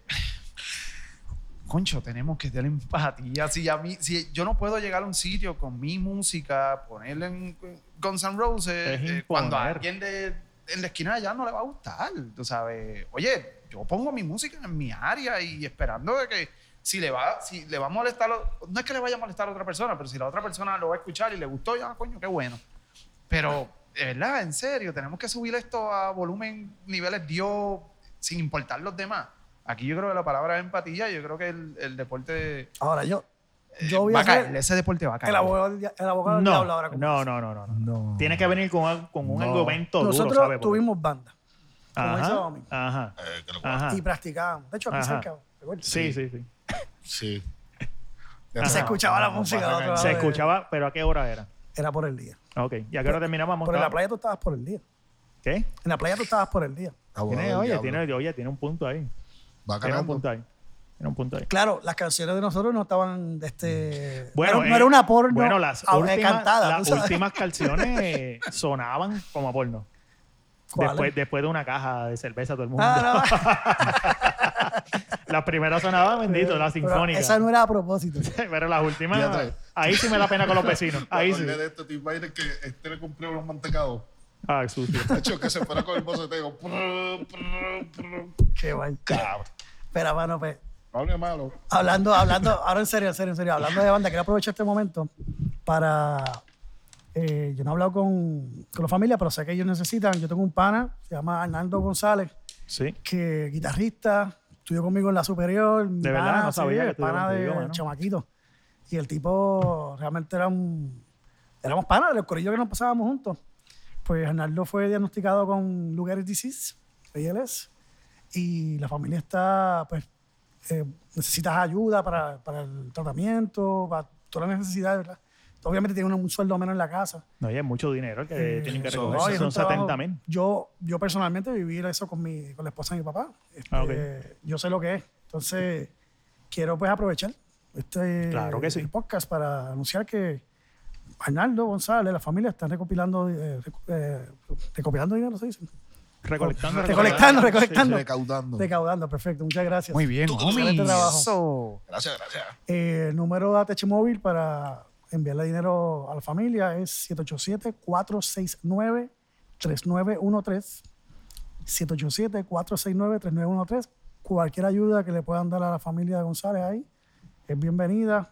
Concho, tenemos que tener empatía. Si, a mí, si yo no puedo llegar a un sitio con mi música, ponerle en Guns N' Roses,
Es
eh,
imponer.
cuando a alguien de, en la esquina de allá no le va a gustar, tú sabes. Oye, yo pongo mi música en mi área y esperando de que si le va, si le va a molestar, o- no es que le vaya a molestar a otra persona, pero si la otra persona lo va a escuchar y le gustó, ya, coño, qué bueno. Pero, de verdad, en serio, tenemos que subir esto a volumen, niveles Dios, sin importar los demás. Aquí yo creo que la palabra es empatía, yo creo que el, el deporte
Ahora yo,
eh,
yo voy
va
a
a
ser
caer, ese deporte va a caer.
el abogado, del dia- el [laughs] abogado
No,
del diablo ahora.
no,
como
no,
dice.
no, no, no.
No.
Tienes que venir con, al- con un
No.
argumento
Nosotros
duro, ¿sabes? Porque-
tuvimos banda como dice
Ajá,
Domi.
ajá,
Ah.
ajá.
y practicábamos. De hecho, aquí
Ah. Ajá.
cerca. ¿recuerdas?
Sí, sí, sí.
Sí.
Y Ah, se escuchaba la
Vamos,
música.
vamos,
otra
vamos.
Se
vez.
escuchaba, pero ¿a qué hora era?
Era por el día.
Ok, ¿y a qué hora terminábamos?
Por en la
Estábamos-
playa tú estabas por el día.
¿Qué?
En la playa tú estabas por el día.
Abogado
Tiene,
Ah, del
oye,
diablo.
tiene, oye, tiene un punto ahí.
Va
Tiene un
ganando.
punto ahí. Tiene un punto ahí.
Claro, las canciones de nosotros no estaban de este.
Bueno,
no,
eh,
era una porno
Bueno, las
ah,
últimas,
cantada.
las
¿tú sabes? [laughs]
últimas canciones eh, sonaban como a porno.
¿Cuál?
Después, después de una caja de cerveza todo el mundo.
Ah, no,
Las primeras sonaban, [laughs] bendito, la
pero
sinfónica.
Esa
[laughs]
no era a propósito. [laughs]
Pero las
Ya
últimas,
trae.
ahí sí me da pena con los vecinos.
Me
Ahí sí.
acordé de esto, Tim Biden, que este le compré unos mantecados.
Ah, sucio.
Tacho, que se fuera con el [laughs] boceteo. Prr, prr, prr.
Qué guay.
Cabrón.
Pero bueno, pues.
No hable malo.
Hablando, hablando, ahora en serio, en serio, en serio, hablando de banda, quiero aprovechar este momento para. eh, yo no he hablado con, con la familia, pero sé que ellos necesitan. Yo tengo un pana, se llama Arnaldo González,
Sí.
que es guitarrista, estudió conmigo en la superior. mi
De verdad,
pana,
no sabía que
el pana
estudiaban tu
de
idioma, ¿no?
chamaquito. Y el tipo realmente era un. Éramos panas, del corillo que nos pasábamos juntos. Pues Arnaldo fue diagnosticado con Lou Gehrig's disease, ALS, y la familia está, pues, eh, necesitas ayuda para, para el tratamiento, para todas las necesidades, ¿verdad? Obviamente tiene un, un sueldo menos en la casa.
No, y es mucho dinero que
Eh,
tienen que
so-
recoger.
no, y es un
Son
trabajo-
70 mil.
Yo, yo personalmente viví eso con, mi, con la esposa de mi papá. Este,
Ah, ok.
Yo sé lo que es. Entonces, quiero pues aprovechar este
Claro que sí.
podcast para anunciar que Arnaldo González, la familia, están recopilando, eh, recu- eh, recopilando dinero, se dice.
Recolectando,
Recolectando, recolectando.
Recaudando.
Recaudando, perfecto. Muchas gracias.
Muy bien,
Tú, tú,
homie.
excelente trabajo.
Eso.
Gracias, gracias.
Eh, el número a Techimóvil para enviarle dinero a la familia es 787-469-3913. 787-469-3913. Cualquier ayuda que le puedan dar a la familia de González ahí es bienvenida.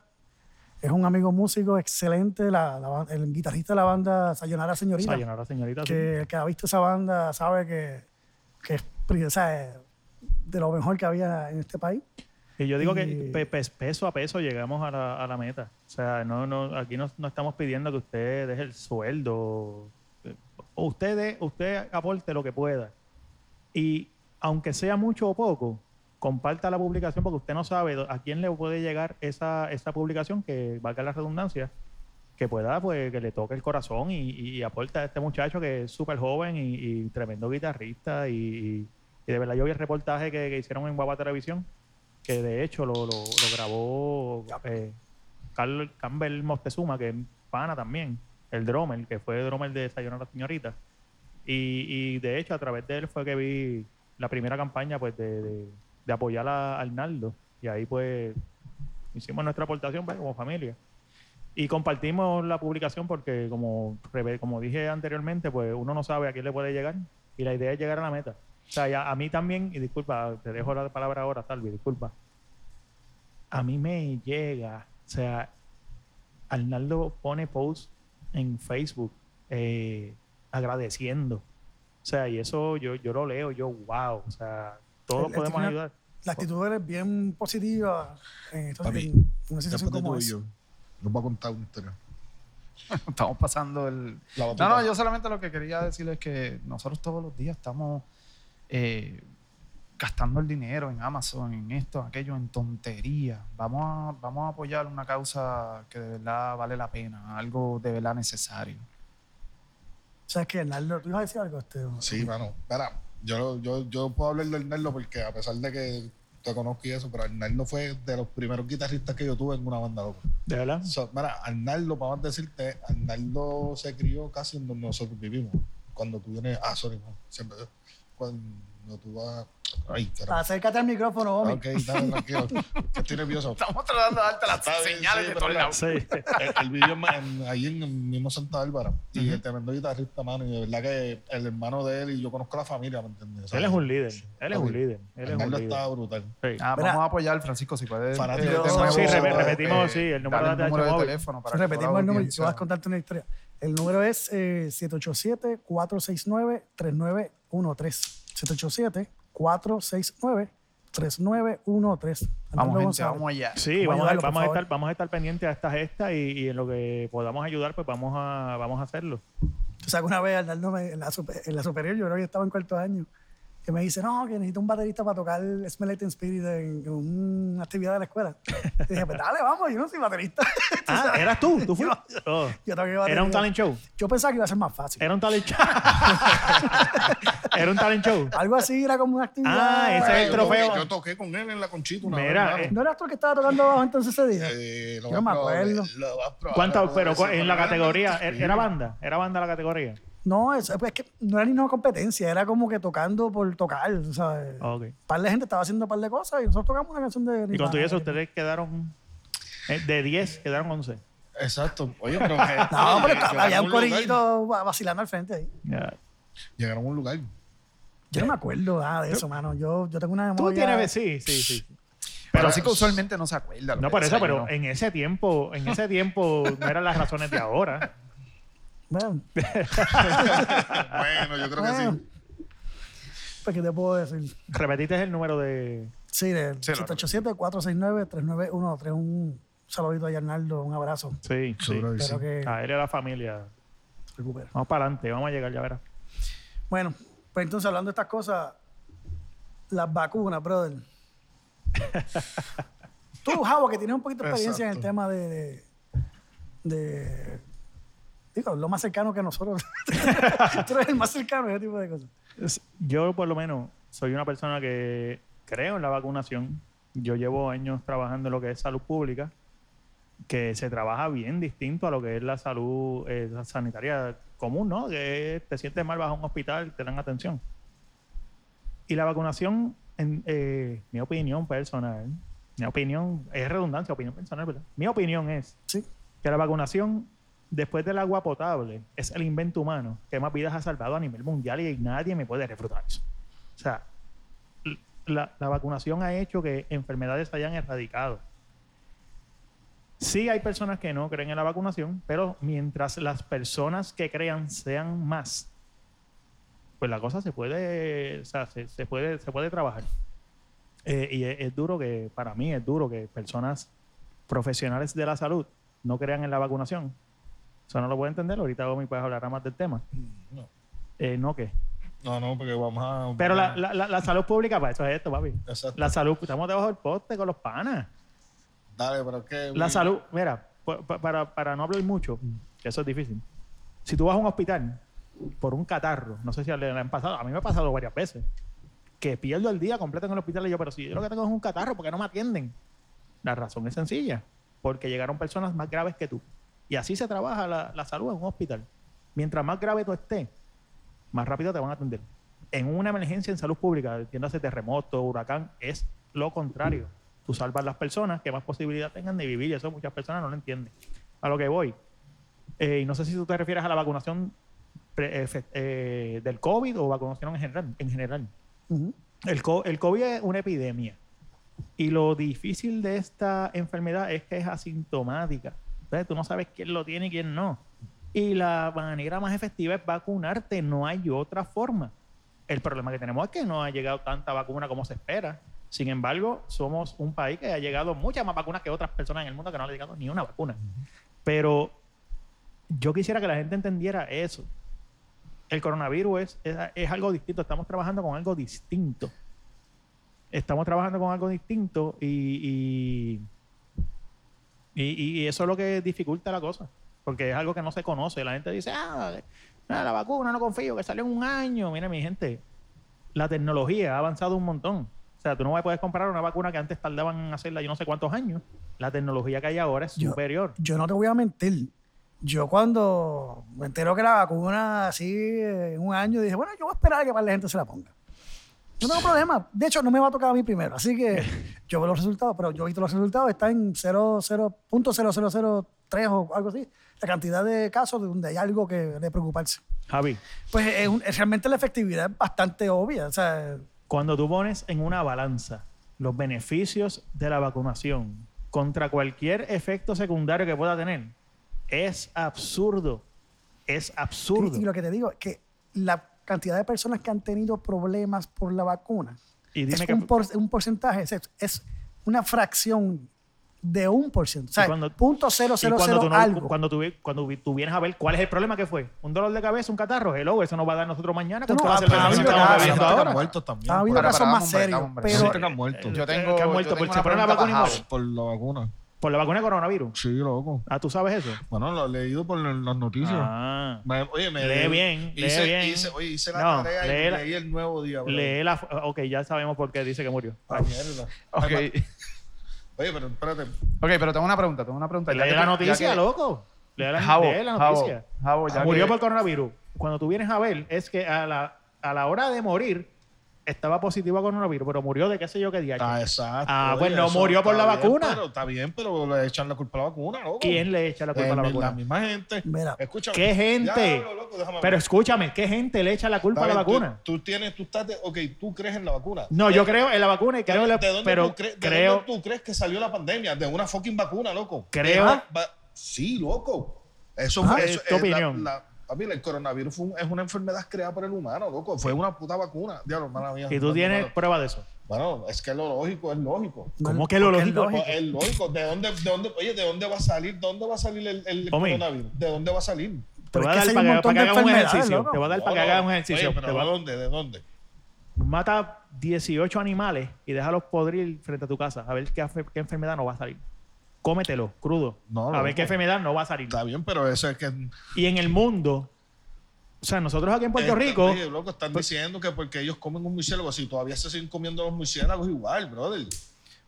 Es un amigo músico excelente, la- la ban- el guitarrista de la banda Sayonara Señorita.
Sayonara, señorita. sí.
Que el que ha visto esa banda sabe que, que es pri- o sea, es de lo mejor que había en este país.
Y yo digo que
Y-
pe- pe- peso a peso llegamos a la, a la meta. O sea, no, no, aquí no, no estamos pidiendo que usted deje el sueldo. Eh, Usted, dé- usted aporte lo que pueda. Y aunque sea mucho o poco, comparta la publicación porque usted no sabe do- a quién le puede llegar esa, esa publicación que valga la redundancia, que pueda, pues, que le toque el corazón y, y aporte a este muchacho que es súper joven y, y tremendo guitarrista. Y, y- y de verdad yo vi el reportaje que, que hicieron en Guapa Televisión, que de hecho lo, lo- lo grabó eh, Carl- Campbell Moctezuma, que es pana también, el drummer, que fue drummer de Sayonara Señorita. Y, y de hecho, a través de él fue que vi la primera campaña pues de, de- de apoyar a Arnaldo. Y ahí pues hicimos nuestra aportación pues, como familia. Y compartimos la publicación porque, como, reve- como dije anteriormente, pues uno no sabe a quién le puede llegar. Y la idea es llegar a la meta. O sea, y a, a mí también, y disculpa, te dejo la palabra ahora, Salvi, disculpa. A mí me llega, o sea, Arnaldo pone post en Facebook eh, agradeciendo. O sea, y eso yo, yo lo leo, yo, wow, o sea,
Él-
todos
él
podemos
tiene una-
ayudar.
La actitud es bien positiva en, estos-
Papi,
en una situación
Después de
como
tú y
esa.
yo. Nos va a contar una historia.
Estamos pasando el. No,
La batuta.
no, yo solamente lo que quería decirles es que nosotros todos los días estamos eh, gastando el dinero en Amazon, en esto, aquello, en tonterías. Vamos a, vamos a apoyar una causa que de verdad vale la pena, algo de verdad necesario.
¿Sabes qué, Arnaldo? ¿Tú ibas a decir algo? Este,
Sí, mano. Espera, yo, yo, yo puedo hablar de Arnaldo porque a pesar de que te conozco y eso, pero Arnaldo fue de los primeros guitarristas que yo tuve en una banda loca.
¿De verdad?
So, mira, Arnaldo, para más decirte, Arnaldo se crió casi en donde nosotros vivimos. Cuando tú vienes, ah, sorry, no, siempre, cuando tú vas, ay,
Ah,
carajo.
Acércate al micrófono, hombre.
Ok, dale, tranquilo, que estoy nervioso.
Estamos tratando de darte
Está bien, sí, pero mira,
Sí.
él, él vivió en- en- ahí en el mismo Santa Bárbara. Y el tremendo guitarrista, mano. Y de verdad que el hermano de él y yo conozco la familia, ¿me entiendes?
Él es un líder, él es
Ok.
un líder, él es un
Arnaldo
líder.
está brutal.
Sí.
Ah,
Mira.
vamos a apoyar, Francisco, si puedes.
Fanático
de
de
nuevo,
Sí, re-
repetimos, sí, el número
dale
de
número
móvil.
teléfono para que toda
Repetimos
la
el número. Yo
audiencia-
vas a contarte una historia. El número es eh, 787-469-3913. 787-469-3913.
Vamos,
Arnaldo
gente,
González.
vamos allá.
Sí,
Como
vamos,
ayudarlo, por
a, vamos a
favor.
estar, vamos a estar pendientes a esta gesta y, y en lo que podamos ayudar, pues vamos a, vamos a hacerlo.
Tú sabes, que una vez Arnaldo me- en la, super- en la superior, yo creo que estaba en cuarto año, que me dice, no, que necesito un baterista para tocar Smell It and Spirit en, en una actividad de la escuela. Y dije, pues dale, vamos, yo no soy baterista. [laughs]
Ah, eras tú, tú fuiste. [laughs] Oh.
Yo toqué
Era un
batería.
talent show.
Yo pensaba que iba a ser más fácil.
Era un talent show. [laughs] Era un talent show.
Algo así era como una actividad.
Ah, ese- es el
Yo toqué-
trofeo.
Yo toqué con él en la conchita una
Mira, eh.
vez.
¿No eras tú el que estaba tocando abajo entonces ese día?
Eh, lo
yo
vas
me
a probar,
acuerdo.
lo vas a probar,
¿Cuántas?
lo
Pero
vas a
en la
probar.
categoría,
Sí.
era banda, era banda la categoría.
No, es, es que no era ni una competencia, era como que tocando por tocar, tú ¿sabes?
Ok.
Un par de gente estaba haciendo un par de cosas y nosotros tocamos una canción de
Oh. Y
Nirvana.
con todo eso, ustedes quedaron. eh, De 10, quedaron 11.
Exacto. Oye, pero.
[laughs] No, Ah, pero estaba- había
llegaron
un
a lugar.
corillito va- vacilando al frente ahí.
Ya.
Llegaron a
[laughs]
un lugar.
Yo no me acuerdo nada de eso, mano. Yo, yo tengo una memoria...
Tú tienes. Sí, sí, sí.
Pero
Pero-
así que usualmente no se acuerda. lo
No
que
por eso, pero en
desayunó.
ese tiempo, en ese tiempo no eran las razones de ahora.
Bueno,
Bueno, yo creo que
bueno.
sí.
Pues, ¿qué te puedo decir?
Repetiste el número de.
Sí, del
Sí, lo-
787-469-3913. Un saludito a Yarnaldo, un abrazo.
Sí,
Seguro que sí. Ah.
Espero que
A él y a la familia.
se recupere.
Vamos para adelante, vamos a llegar, ya verás.
Bueno, pues entonces hablando de estas cosas, las vacunas,
[laughs]
brother. Tú, Javo, que tienes un poquito de experiencia en el
Exacto.
tema de, de, de- Digo, lo más cercano que nosotros. [laughs] Tú eres el más cercano a ese tipo de cosas.
Es- Yo, por lo menos, soy una persona que creo en la vacunación. Yo llevo años trabajando en lo que es salud pública, que se trabaja bien distinto a lo que es la salud eh, la sanitaria común, ¿no? Que te sientes mal, vas a un hospital, te dan atención. Y la vacunación, en eh, mi opinión personal, mi opinión, es redundancia, opinión personal, ¿verdad? Mi opinión es
Sí.
que la vacunación después del agua potable es el invento humano que más vidas ha salvado a nivel mundial y nadie me puede refutar eso. O sea, l- la, la vacunación ha hecho que enfermedades se hayan erradicado. Sí hay personas que no creen en la vacunación, pero mientras las personas que crean sean más, pues la cosa se puede, o sea, se, se puede, se puede trabajar. Eh, y es- es duro que, para mí es duro que personas profesionales de la salud no crean en la vacunación. Eso no lo puedo entender. Ahorita Gomi pues hablará más del tema.
No.
Eh, no que.
No, no, porque vamos a.
Pero la, la- la- la salud pública, para eso es esto, papi.
Exacto.
La salud, estamos debajo del poste con los panas.
Dale, pero es que.
La salud, mira, pa- pa- para, para no hablar mucho, que eso es difícil. Si tú vas a un hospital por un catarro, no sé si le le han pasado, a mí me ha pasado varias veces, que pierdo el día completo en el hospital y yo, pero si yo lo que tengo es un catarro, ¿por qué no me atienden? La razón es sencilla, porque llegaron personas más graves que tú. Y así se trabaja la, la salud en un hospital. Mientras más grave tú estés, más rápido te van a atender. En una emergencia en salud pública, entiéndase terremoto, huracán, es lo contrario. Tú salvas las personas que más posibilidad tengan de vivir, y eso muchas personas no lo entienden. A lo que voy, eh, y no sé si tú te refieres a la vacunación pre- eh, fe- eh, del COVID o vacunación en general. En general.
Ujú.
El, co- el COVID es una epidemia. Y lo difícil de esta enfermedad es que es asintomática. Entonces tú no sabes quién lo tiene y quién no. Y la manera más efectiva es vacunarte. No hay otra forma. El problema que tenemos es que no ha llegado tanta vacuna como se espera. Sin embargo, somos un país que ha llegado muchas más vacunas que otras personas en el mundo que no le ha llegado ni una vacuna. Pero yo quisiera que la gente entendiera eso. El coronavirus es, es, es algo distinto. Estamos trabajando con algo distinto. Estamos trabajando con algo distinto y, y, y- y eso es lo que dificulta la cosa. Porque es algo que no se conoce. La gente dice, ah, ah, la vacuna no confío, que salió en un año. Mira, mi gente, la tecnología ha avanzado un montón. O sea, tú no vas a poder comprar una vacuna que antes tardaban en hacerla yo no sé cuántos años. La tecnología que hay ahora es
Yo-
superior.
Yo no te voy a mentir. Yo cuando me entero que la vacuna así eh, en un año, dije, bueno, yo voy a esperar a que más la gente se la ponga. No tengo problema. De hecho, no me va a tocar a mí primero. Así que yo veo los resultados, pero yo he visto los resultados, está en 0, 0.0003 o algo así. La cantidad de casos donde hay algo que de preocuparse.
Javi,
Pues es un- es realmente la efectividad es bastante obvia. O sea,
cuando tú pones en una balanza los beneficios de la vacunación contra cualquier efecto secundario que pueda tener, es absurdo. Es absurdo.
y lo que te digo es que la cantidad de personas que han tenido problemas por la vacuna
Y dime
es
que-
un, por- un porcentaje, es, es una fracción de un por ciento. O sea,
Y cuando-
punto cero
Y
cero
cuando,
cero
tú no-
algo.
cuando tú vi- cuando vi- tú vienes a ver cuál es el problema que fue, un dolor de cabeza, un catarro, hello, eso nos va a dar nosotros mañana con
No,
todas
ah,
las
pero
cervezas
habido
que estamos
casos,
bebiendo
habido
ahora.
muertos también.
Ha habido
Para-
casos
para,
más
hombre,
serios,
hombre.
pero
Sí, que han muerto.
Eh,
Yo
que
tengo,
han muerto
yo
por-
tengo
se
una
ponen la
pregunta
vacuna y
para
mueren.
Javo.
Por la vacuna.
Por la vacuna de coronavirus.
Sí, loco.
Ah, ¿tú sabes eso?
Bueno, lo he leído por las noticias.
Ah.
Me- oye, me
Lee bien, lee
hice,
bien.
Hice, oye, hice la
No,
tarea
lee
y
la-
leí el nuevo día. bro.
Lee la... Ok, ya sabemos por qué dice que murió.
Ah, mierda.
Ok,
Ay, ma- Oye, pero espérate.
ok, pero tengo una pregunta, tengo una pregunta. Pues Ya
Lee
que
la
tú- ya
noticia,
que-
loco. Lee la,
Javo,
lee la
Javo,
noticia.
Javo, ya
murió
que-
por coronavirus. Cuando tú vienes a ver, es que a la, a la hora de morir estaba positivo a coronavirus, pero murió de qué sé yo qué día.
Ah, exacto.
Ah,
oye,
pues no
eso
murió por
está
la
bien,
vacuna.
pero está bien, pero le echan la culpa a la vacuna, loco.
¿Quién le echa la
Eh,
culpa a la
La
vacuna?
misma gente.
Mira,
Escúchame.
¿Qué gente?
Diablo, loco, déjame
Pero
hablar.
escúchame, ¿qué gente le echa la culpa
Está
a la
bien, tú-
vacuna?
Tú, tienes, tú estás, de, ok, tú crees en la vacuna.
No, yo creo en la vacuna y creo en la-
¿De dónde,
pero
tú crees, de
creo
dónde tú crees que salió la pandemia? De una fucking vacuna, loco.
Creo-
De una va- sí, loco. Eso
Ajá.
fue. Eso,
Es tu
eh, la-
opinión.
la- a mí, el coronavirus fue un- es una enfermedad creada por el humano, loco. Fue una puta vacuna. Diablo, hermana mía.
y tú
hermano,
tienes
hermano.
prueba de eso.
Bueno, es que lo lógico es lógico.
¿Cómo que lo
porque es
lógico?
No, Es lógico. ¿De dónde, de dónde, oye, ¿de dónde va a salir? ¿Dónde va a salir el, el
Homie.
coronavirus? ¿De dónde va a salir?
Te
Pero es
voy a
que
dar
sí hay
para
un
que,
montón
para que
de
hagas un
enfermedades,
ejercicio.
loco.
Te voy a dar para que hagas un ejercicio.
Oye, pero
Te
¿de
voy a-
dónde? ¿De dónde?
Mata 18 animales y déjalos podrir frente a tu casa a ver qué, afe- qué enfermedad no va a salir. Cómetelo, crudo.
No,
a
loco.
ver qué enfermedad no va a salir.
Está bien, pero eso es que.
Y en el mundo, o sea, nosotros aquí en Puerto
están-
Rico,
Este,
Pues-
oye, loco, están diciendo que porque ellos comen un murciélago, si todavía se siguen comiendo los murciélagos igual, brother.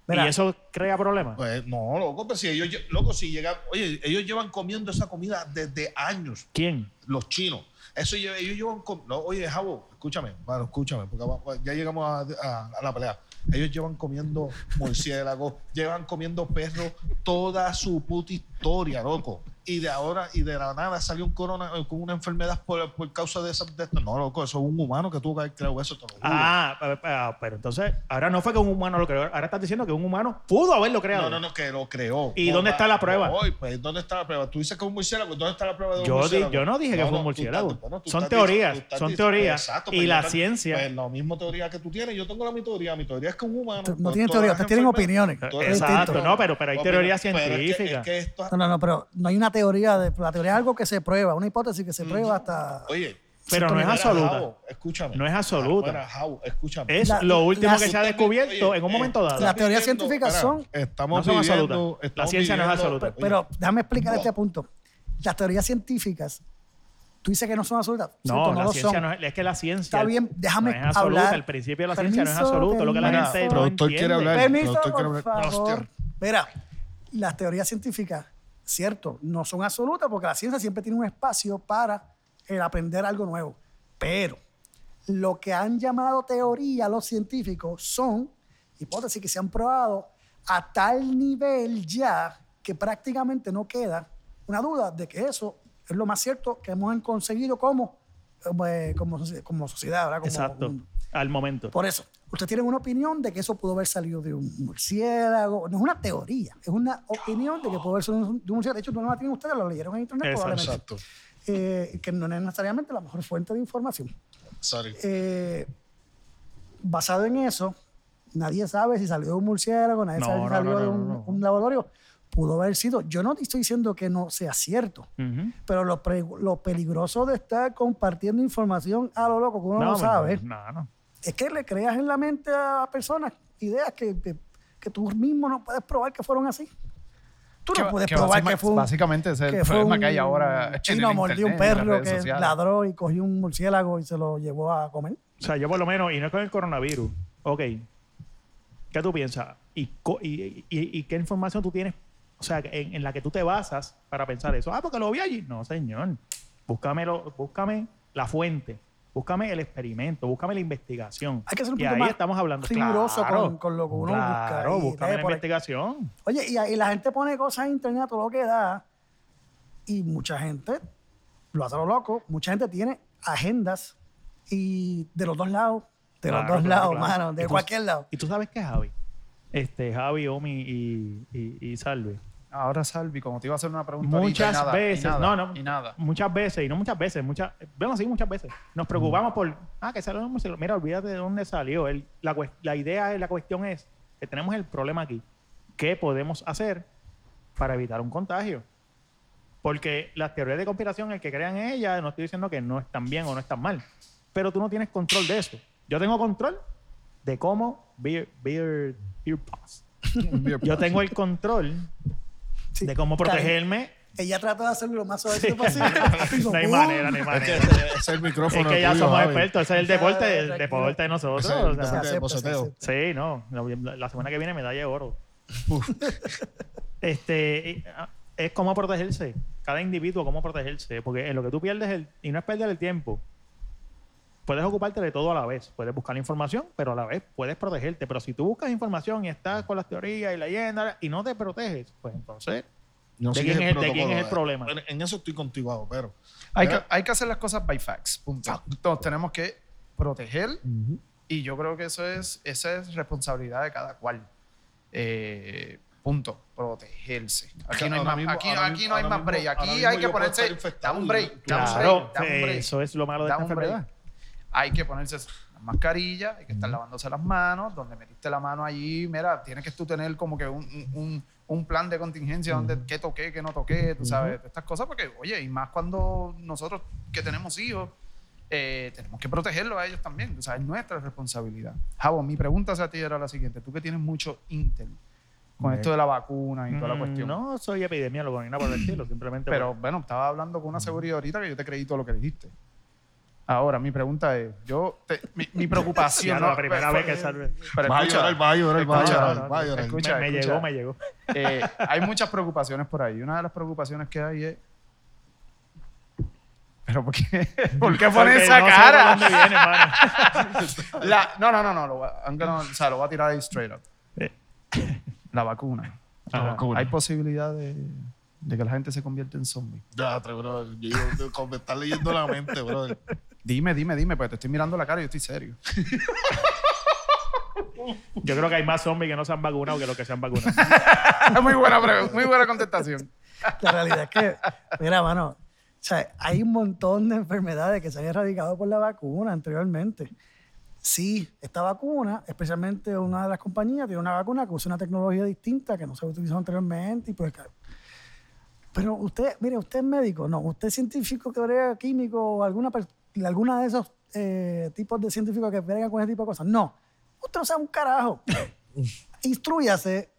Mira,
y eso crea problemas.
Pues no, loco, pero si ellos, lle- loco, si llegan, oye, ellos llevan comiendo esa comida desde años,
¿Quién?
los chinos. Eso lle- ellos llevan, com- no, oye, Jabo, escúchame, bueno, escúchame, porque va- ya llegamos a, a- a la pelea. Ellos llevan comiendo murciélagos, [laughs] llevan comiendo perros toda su puta historia, loco. Y de ahora, y de la nada salió un corona eh, con una enfermedad por, por causa de, esa, de esto. No, loco, eso es un humano que tuvo que haber creado eso, te lo juro.
Ah, pa- pa- pero entonces, ahora no fue que un humano lo creó. Ahora estás diciendo que un humano pudo haberlo creado.
No, no, no, que lo creó.
¿Y dónde está la prueba?
Hoy, pues, ¿dónde está la prueba? Tú dices que es un murciélago, ¿dónde está la prueba de un
Yo, di-
murciélago?
yo no dije que fue un
tú
murciélago.
estás- bueno, tú
Son
estás dic-
teorías,
tú estás
son
dic-
teorías. Y
pues,
la
yo
ciencia-
Pues la misma teoría que tú tienes, yo tengo la mi teoría. Mi teoría es que un humano. pues,
Tú- no
con
tienes
todas
teoría,
las
ustedes tienen opiniones.
enfermedades- todas-
Es Exacto, distinto.
no, pero- pero hay
Opiniones,
teoría
pero es que-
científica.
es que esto-
no, no, no, pero no hay una teoría. De, la teoría es algo que se prueba, una hipótesis que se
Mm.
prueba hasta.
Oye,
pero no es
mira,
absoluta.
Javo, escúchame.
No es absoluta.
Mira, Javo, escúchame.
Es
La-
lo último
la-
que se ha
Tú estás viendo-
descubierto
oye,
en un
eh,
momento dado.
la- teorías
viendo-
científicas
mira,
son-
Estamos
no son
viviendo-
absolutas. La
estamos
ciencia no es
viviendo-
absoluta.
oye,
Pero déjame explicar
No.
este punto. Las teorías científicas, tú dices que no son absolutas.
No,
Cierto,
la
lo
ciencia
son.
no es, es que la ciencia
Está bien, déjame
no es absoluta,
hablar.
el principio de la ciencia no es
Permiso,
absoluto, lo que la
permiso.
gente no
Productor
entiende.
quiere hablar.
Permiso,
Pero estoy
por
que-
favor.
Hostia.
Mira, las teorías científicas, cierto, no son absolutas porque la ciencia siempre tiene un espacio para el aprender algo nuevo. Pero lo que han llamado teoría los científicos son hipótesis que se han probado a tal nivel ya que prácticamente no queda una duda de que eso es lo más cierto que hemos conseguido como, como, eh, como soci- como sociedad, ¿verdad? Como
Exacto,
mundo.
al momento.
Por eso, usted tiene una opinión de que eso pudo haber salido de un murciélago. No es una teoría, es una opinión de que pudo haber salido de un murciélago. De hecho, no la tienen ustedes, la leyeron en internet
Exacto.
probablemente.
Exacto.
Eh, que no es necesariamente la mejor fuente de información.
Sorry.
Eh, basado en eso, nadie sabe si salió de un murciélago, nadie
No,
sabe
no,
si salió
no,
de
no,
un,
no.
un laboratorio. Pudo haber sido. Yo no te estoy diciendo que no sea cierto.
Ujú.
Pero lo, pre- lo peligroso de estar compartiendo información a lo loco que uno no,
me-
sabe
No, no.
es que le creas en la mente a personas ideas que, que, que tú mismo no puedes probar que fueron así. Tú no
que-
puedes
que
probar
básima-
que fue un,
Básicamente ese es
que
el
fue
problema
un
que hay ahora. en
chino
el
mordió un
internet, en las
perro
redes
que
sociales.
ladró y cogió un murciélago y se lo llevó a comer.
O sea, yo por lo menos, y no es con el coronavirus. Ok. ¿Qué tú piensas? ¿Y, co- y, y- y qué información tú tienes? O sea, en, en la que tú te basas para pensar eso. Ah, porque lo vi allí. No, señor. Búscamelo, búscame la fuente. Búscame el experimento. Búscame la investigación.
Hay que ser un
y
poquito
ahí
más
estamos hablando.
riguroso
claro,
con- con lo que uno busca
Claro,
y
búscame
lee
la
por ahí.
investigación.
Oye, y, y la gente pone cosas en internet a todo lo que da y mucha gente lo hace a lo loco. Mucha gente tiene agendas y de los dos lados, de los
Claro,
dos
claro,
lados,
claro.
mano, de
Y tú-
cualquier lado.
¿Y tú sabes qué, Javi? Este, Javi, Omi y, y, y Salve.
Ahora, Salvi, como te iba a hacer una pregunta ahorita, y
Muchas
nada, y
veces,
nada,
no, no,
y nada.
muchas veces, y no muchas veces, muchas, bueno, sí, muchas veces, nos preocupamos por, ah, que salió, un murciélago. mira, olvídate de dónde salió, El- la, cues- la idea, es- la cuestión es que tenemos el problema aquí, qué podemos hacer para evitar un contagio. Porque las teorías de conspiración, el que crean en ellas, no estoy diciendo que no están bien o no están mal, pero tú no tienes control de eso. Yo tengo control de cómo beer, beer, beer pass. Yo tengo el control
Sí,
de cómo
está bien.
protegerme.
Ella trató de hacerlo lo más suave posible.
[laughs]
"Uh". Hizo,
No hay
¡pum!
manera, no hay manera.
Ese es el micrófono.
Es que ya
tuyo,
somos
Javi.
expertos, ese es el
Ya,
deporte, el
tranquilo.
deporte de nosotros.
Ese es el
o sea.
Se
deporte.
acepta, se
Boceteo.
acepta.
Sí, no. La, la semana que viene medalla de oro. [laughs] este eh, es cómo protegerse. Cada individuo, cómo protegerse. Porque en lo que tú pierdes, el, y no es perder el tiempo, puedes ocuparte de todo a la vez. Puedes buscar información, pero a la vez puedes protegerte. Pero si tú buscas información y estás con las teorías y leyendas y no te proteges, pues entonces,
No
¿de,
sigues
quién es, el- de quién
protocolo,
es el
eh.
problema?
Bueno, En eso estoy contigo, Ajo, pero.
Hay que, hay que hacer las cosas by facts, punto. Entonces tenemos que proteger y yo creo que eso es, esa es responsabilidad de cada cual. Eh, punto, protegerse. Aquí no hay
Ahora
más,
mismo-
aquí,
ahora
aquí
mismo-
no hay
ahora
más break.
mismo- ahora
Aquí
mismo
hay que
yo puedo estar
ponerse,
infectado
dame
y-
un break, dame un
Claro,
break, dame un break.
eso es lo malo de
Da
esta
un break.
enfermedad.
Hay que ponerse las mascarillas, hay que estar lavándose las manos, donde metiste la mano allí, mira, tienes que tú tener como que un, un- un- un plan de contingencia donde qué toqué, qué no toqué, tú sabes, estas cosas, porque oye, y más cuando nosotros que tenemos hijos, eh, tenemos que protegerlos a ellos también, tú sabes, es nuestra responsabilidad. Javo, mi pregunta hacia ti era la siguiente, tú que tienes mucho intel con esto de la vacuna y toda la
Mm,
cuestión.
No soy epidemiólogo ni nada por el estilo, simplemente
Pero bueno, estaba hablando con una seguridad ahorita que yo te creí todo lo que dijiste. Ahora, mi pregunta es, yo, te- mi,
[laughs]
mi
Sí,
preocupación...
no, la
pero-
primera vez
pero-
que salve.
pero
Va a
escucha,
llorar, va a llorar, va a
escucha,
llorar.
no, no,
va a llorar.
escucha,
me, me
escucha.
llegó, me llegó.
Eh, hay muchas preocupaciones por ahí. Una de las preocupaciones que hay es... ¿Pero por qué? [laughs] ¿Por qué
[laughs]
pone
Porque
esa
no sé
cara?
por dónde
[laughs]
viene, mano.
La- no, no, no, no. Lo, va- I'm gonna- o sea, lo voy a tirar ahí straight up.
Eh.
[coughs] La vacuna.
La vacuna.
Hay posibilidad de, de que la gente se convierta en zombie.
Ya, te- bro. Yo, yo- como me estás leyendo la mente, bro.
Dime, dime, dime, pues te estoy mirando la cara y yo estoy serio.
Yo creo que hay más zombies que no se han vacunado que los que se han vacunado.
[laughs] muy buena pregunta, muy buena contestación.
La realidad es que, mira, mano, o sea, hay un montón de enfermedades que se han erradicado por la vacuna anteriormente. Sí, esta vacuna, especialmente una de las compañías, tiene una vacuna que usa una tecnología distinta que no se utilizó anteriormente. Y pues, ca- pero usted, mire, usted es médico, no, usted es científico que brega químico o alguna, per- alguna de esos eh, tipos de científicos que bregan con ese tipo de cosas. No, usted no sabe un carajo. Instruyase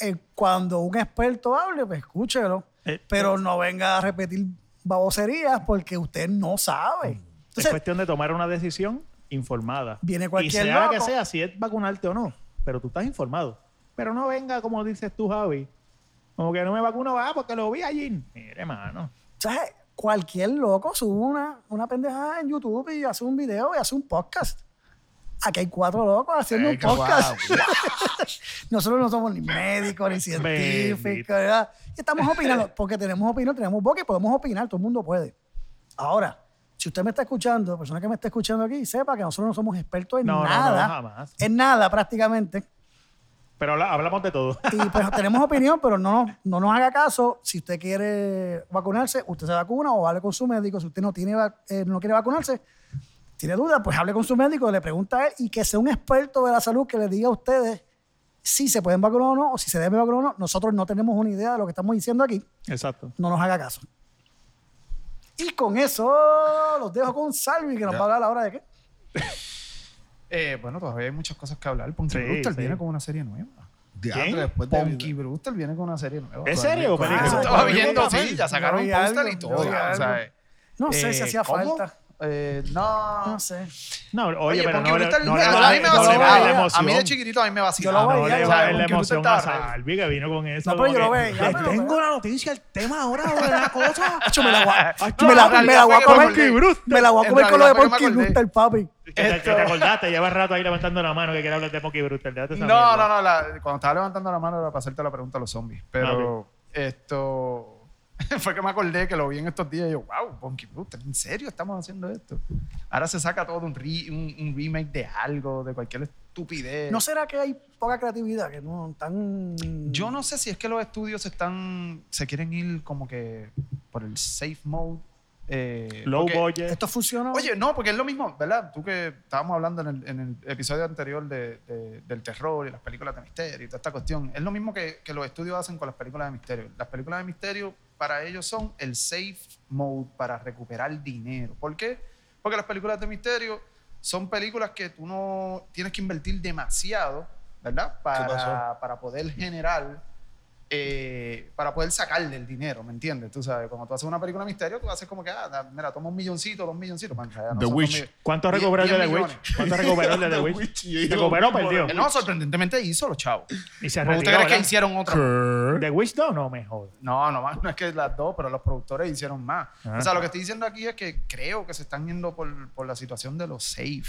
eh, cuando un experto hable, pues escúchelo
Eh,
pero no venga a repetir baboserías porque usted no sabe.
es
Entonces,
cuestión de tomar una decisión informada.
Viene
y
cualquier
sea
loco.
que sea, si es vacunarte o no, pero tú estás informado. Pero no venga, como dices tú, Javi, como que no me vacuno, va, porque lo vi allí. Mire, mano.
¿sabes? cualquier loco sube una, una pendejada en YouTube y hace un video y hace un podcast. Aquí hay cuatro locos haciendo un
Ay, qué
podcast. [laughs] Nosotros no somos ni médicos, ni científicos,
Bendito.
¿verdad? Y estamos opinando, porque tenemos opinión, tenemos boca y podemos opinar, todo el mundo puede. Ahora, si usted me está escuchando, la persona que me está escuchando aquí, sepa que nosotros no somos expertos en
No, no, no,
nada.
jamás.
En nada, prácticamente.
Pero habla- hablamos de todo. [laughs]
Y pues tenemos opinión, pero no, nos- no nos haga caso. Si usted quiere vacunarse, usted se vacuna o hable con su médico. Si usted no, tiene, vac- eh, no quiere vacunarse, tiene dudas, pues hable con su médico, le pregunta a él y que sea un experto de la salud que le diga a ustedes si se pueden vacunar o no, o si se debe vacunar o no. Nosotros no tenemos una idea de lo que estamos diciendo aquí.
Exacto.
No nos haga caso. Y con eso los dejo con Salvi, que nos va a hablar ahora de qué.
Eh, bueno, todavía hay muchas cosas que hablar. Ponky
Sí,
Brewster
sí.
viene con una serie nueva.
Diandre, después Pues de.
Ponky Brewster viene con una serie nueva.
¿En serio,
Pero
Perico?
eso estaba
yo vi
viendo,
algo,
sí, ya sacaron
yo vi
póster
algo,
y
yo
todo.
vi
o sea,
algo. No sé si
eh,
hacía
¿cómo?
falta.
Eh, no.
No sé.
No, oye,
Oye,
pero
Ponky
no, le-
Brewster,
no le
a mí me
va- no le
vacilaba.
va la
vacilaba. A
emoción.
mí de chiquitito a mí me
Yo
vacilaba.
lo
Ah, No
veía,
le
yo
va
lo
a
veía.
la
Ponky Brewster
emoción a
estaba re-
Salvi, que vino con eso.
No, pero yo
como
lo
que,
Eh,
veía,
"Les
pero-
la noticia, el tema ahora, sobre una cosa.
[laughs] Acho, me la voy a-
[laughs] No,
me la-
en realidad
me la voy a
fue que me
comer.
acordé.
Me la voy a
En
comer con lo de
realidad fue que me
Porky
acordé.
Brewster, papi.
Que te, que te acordaste, llevas rato ahí levantando la mano que quería hablar de Pocky Brutal.
No, no, no. la- cuando estaba levantando la mano era para hacerte la pregunta a los zombies. Pero esto. [laughs] Fue que me acordé que lo vi en estos días y yo, wow, Bonky Brewster, ¿en serio estamos haciendo esto? Ahora se saca todo un, re- un- un remake de algo, de cualquier estupidez.
¿No será que hay poca creatividad? Que no tan.
Yo no sé si es que los estudios están, se quieren ir como que por el safe mode eh,
Low
porque-
budget.
Esto funcionó.
Oye, no, porque es lo mismo, ¿verdad? Tú que estábamos hablando en el, en el episodio anterior de- de- del terror y las películas de misterio y toda esta cuestión. Es lo mismo que, que los estudios hacen con las películas de misterio. Las películas de misterio para ellos son el safe mode para recuperar dinero. ¿Por qué? Porque las películas de misterio son películas que tú no tienes que invertir demasiado, ¿verdad? Para,
pasó?
para poder generar eh, para poder sacarle el dinero, ¿me entiendes? Tú sabes, cuando tú haces una película de misterio, tú haces como que, ah, da- mira, toma un milloncito, dos milloncitos. man, en realidad no
The
son
Witch.
dos millones.
¿Cuánto
Diez-
recuperó el de
diez
The Witch?
millones.
¿Cuánto recuperó el
[laughs]
de The Witch?
[laughs]
Recuperó, perdió.
Eh, No, sorprendentemente hizo los chavos.
Y se
¿Ustedes
retiró,
creen que
¿verdad?
hicieron otra?
¿The Witch no? No, mejor.
No, [laughs] no, más, no es que las dos, pero los productores hicieron más.
Ah.
O sea, lo que estoy diciendo aquí es que creo que se están yendo por, por la situación de los safe.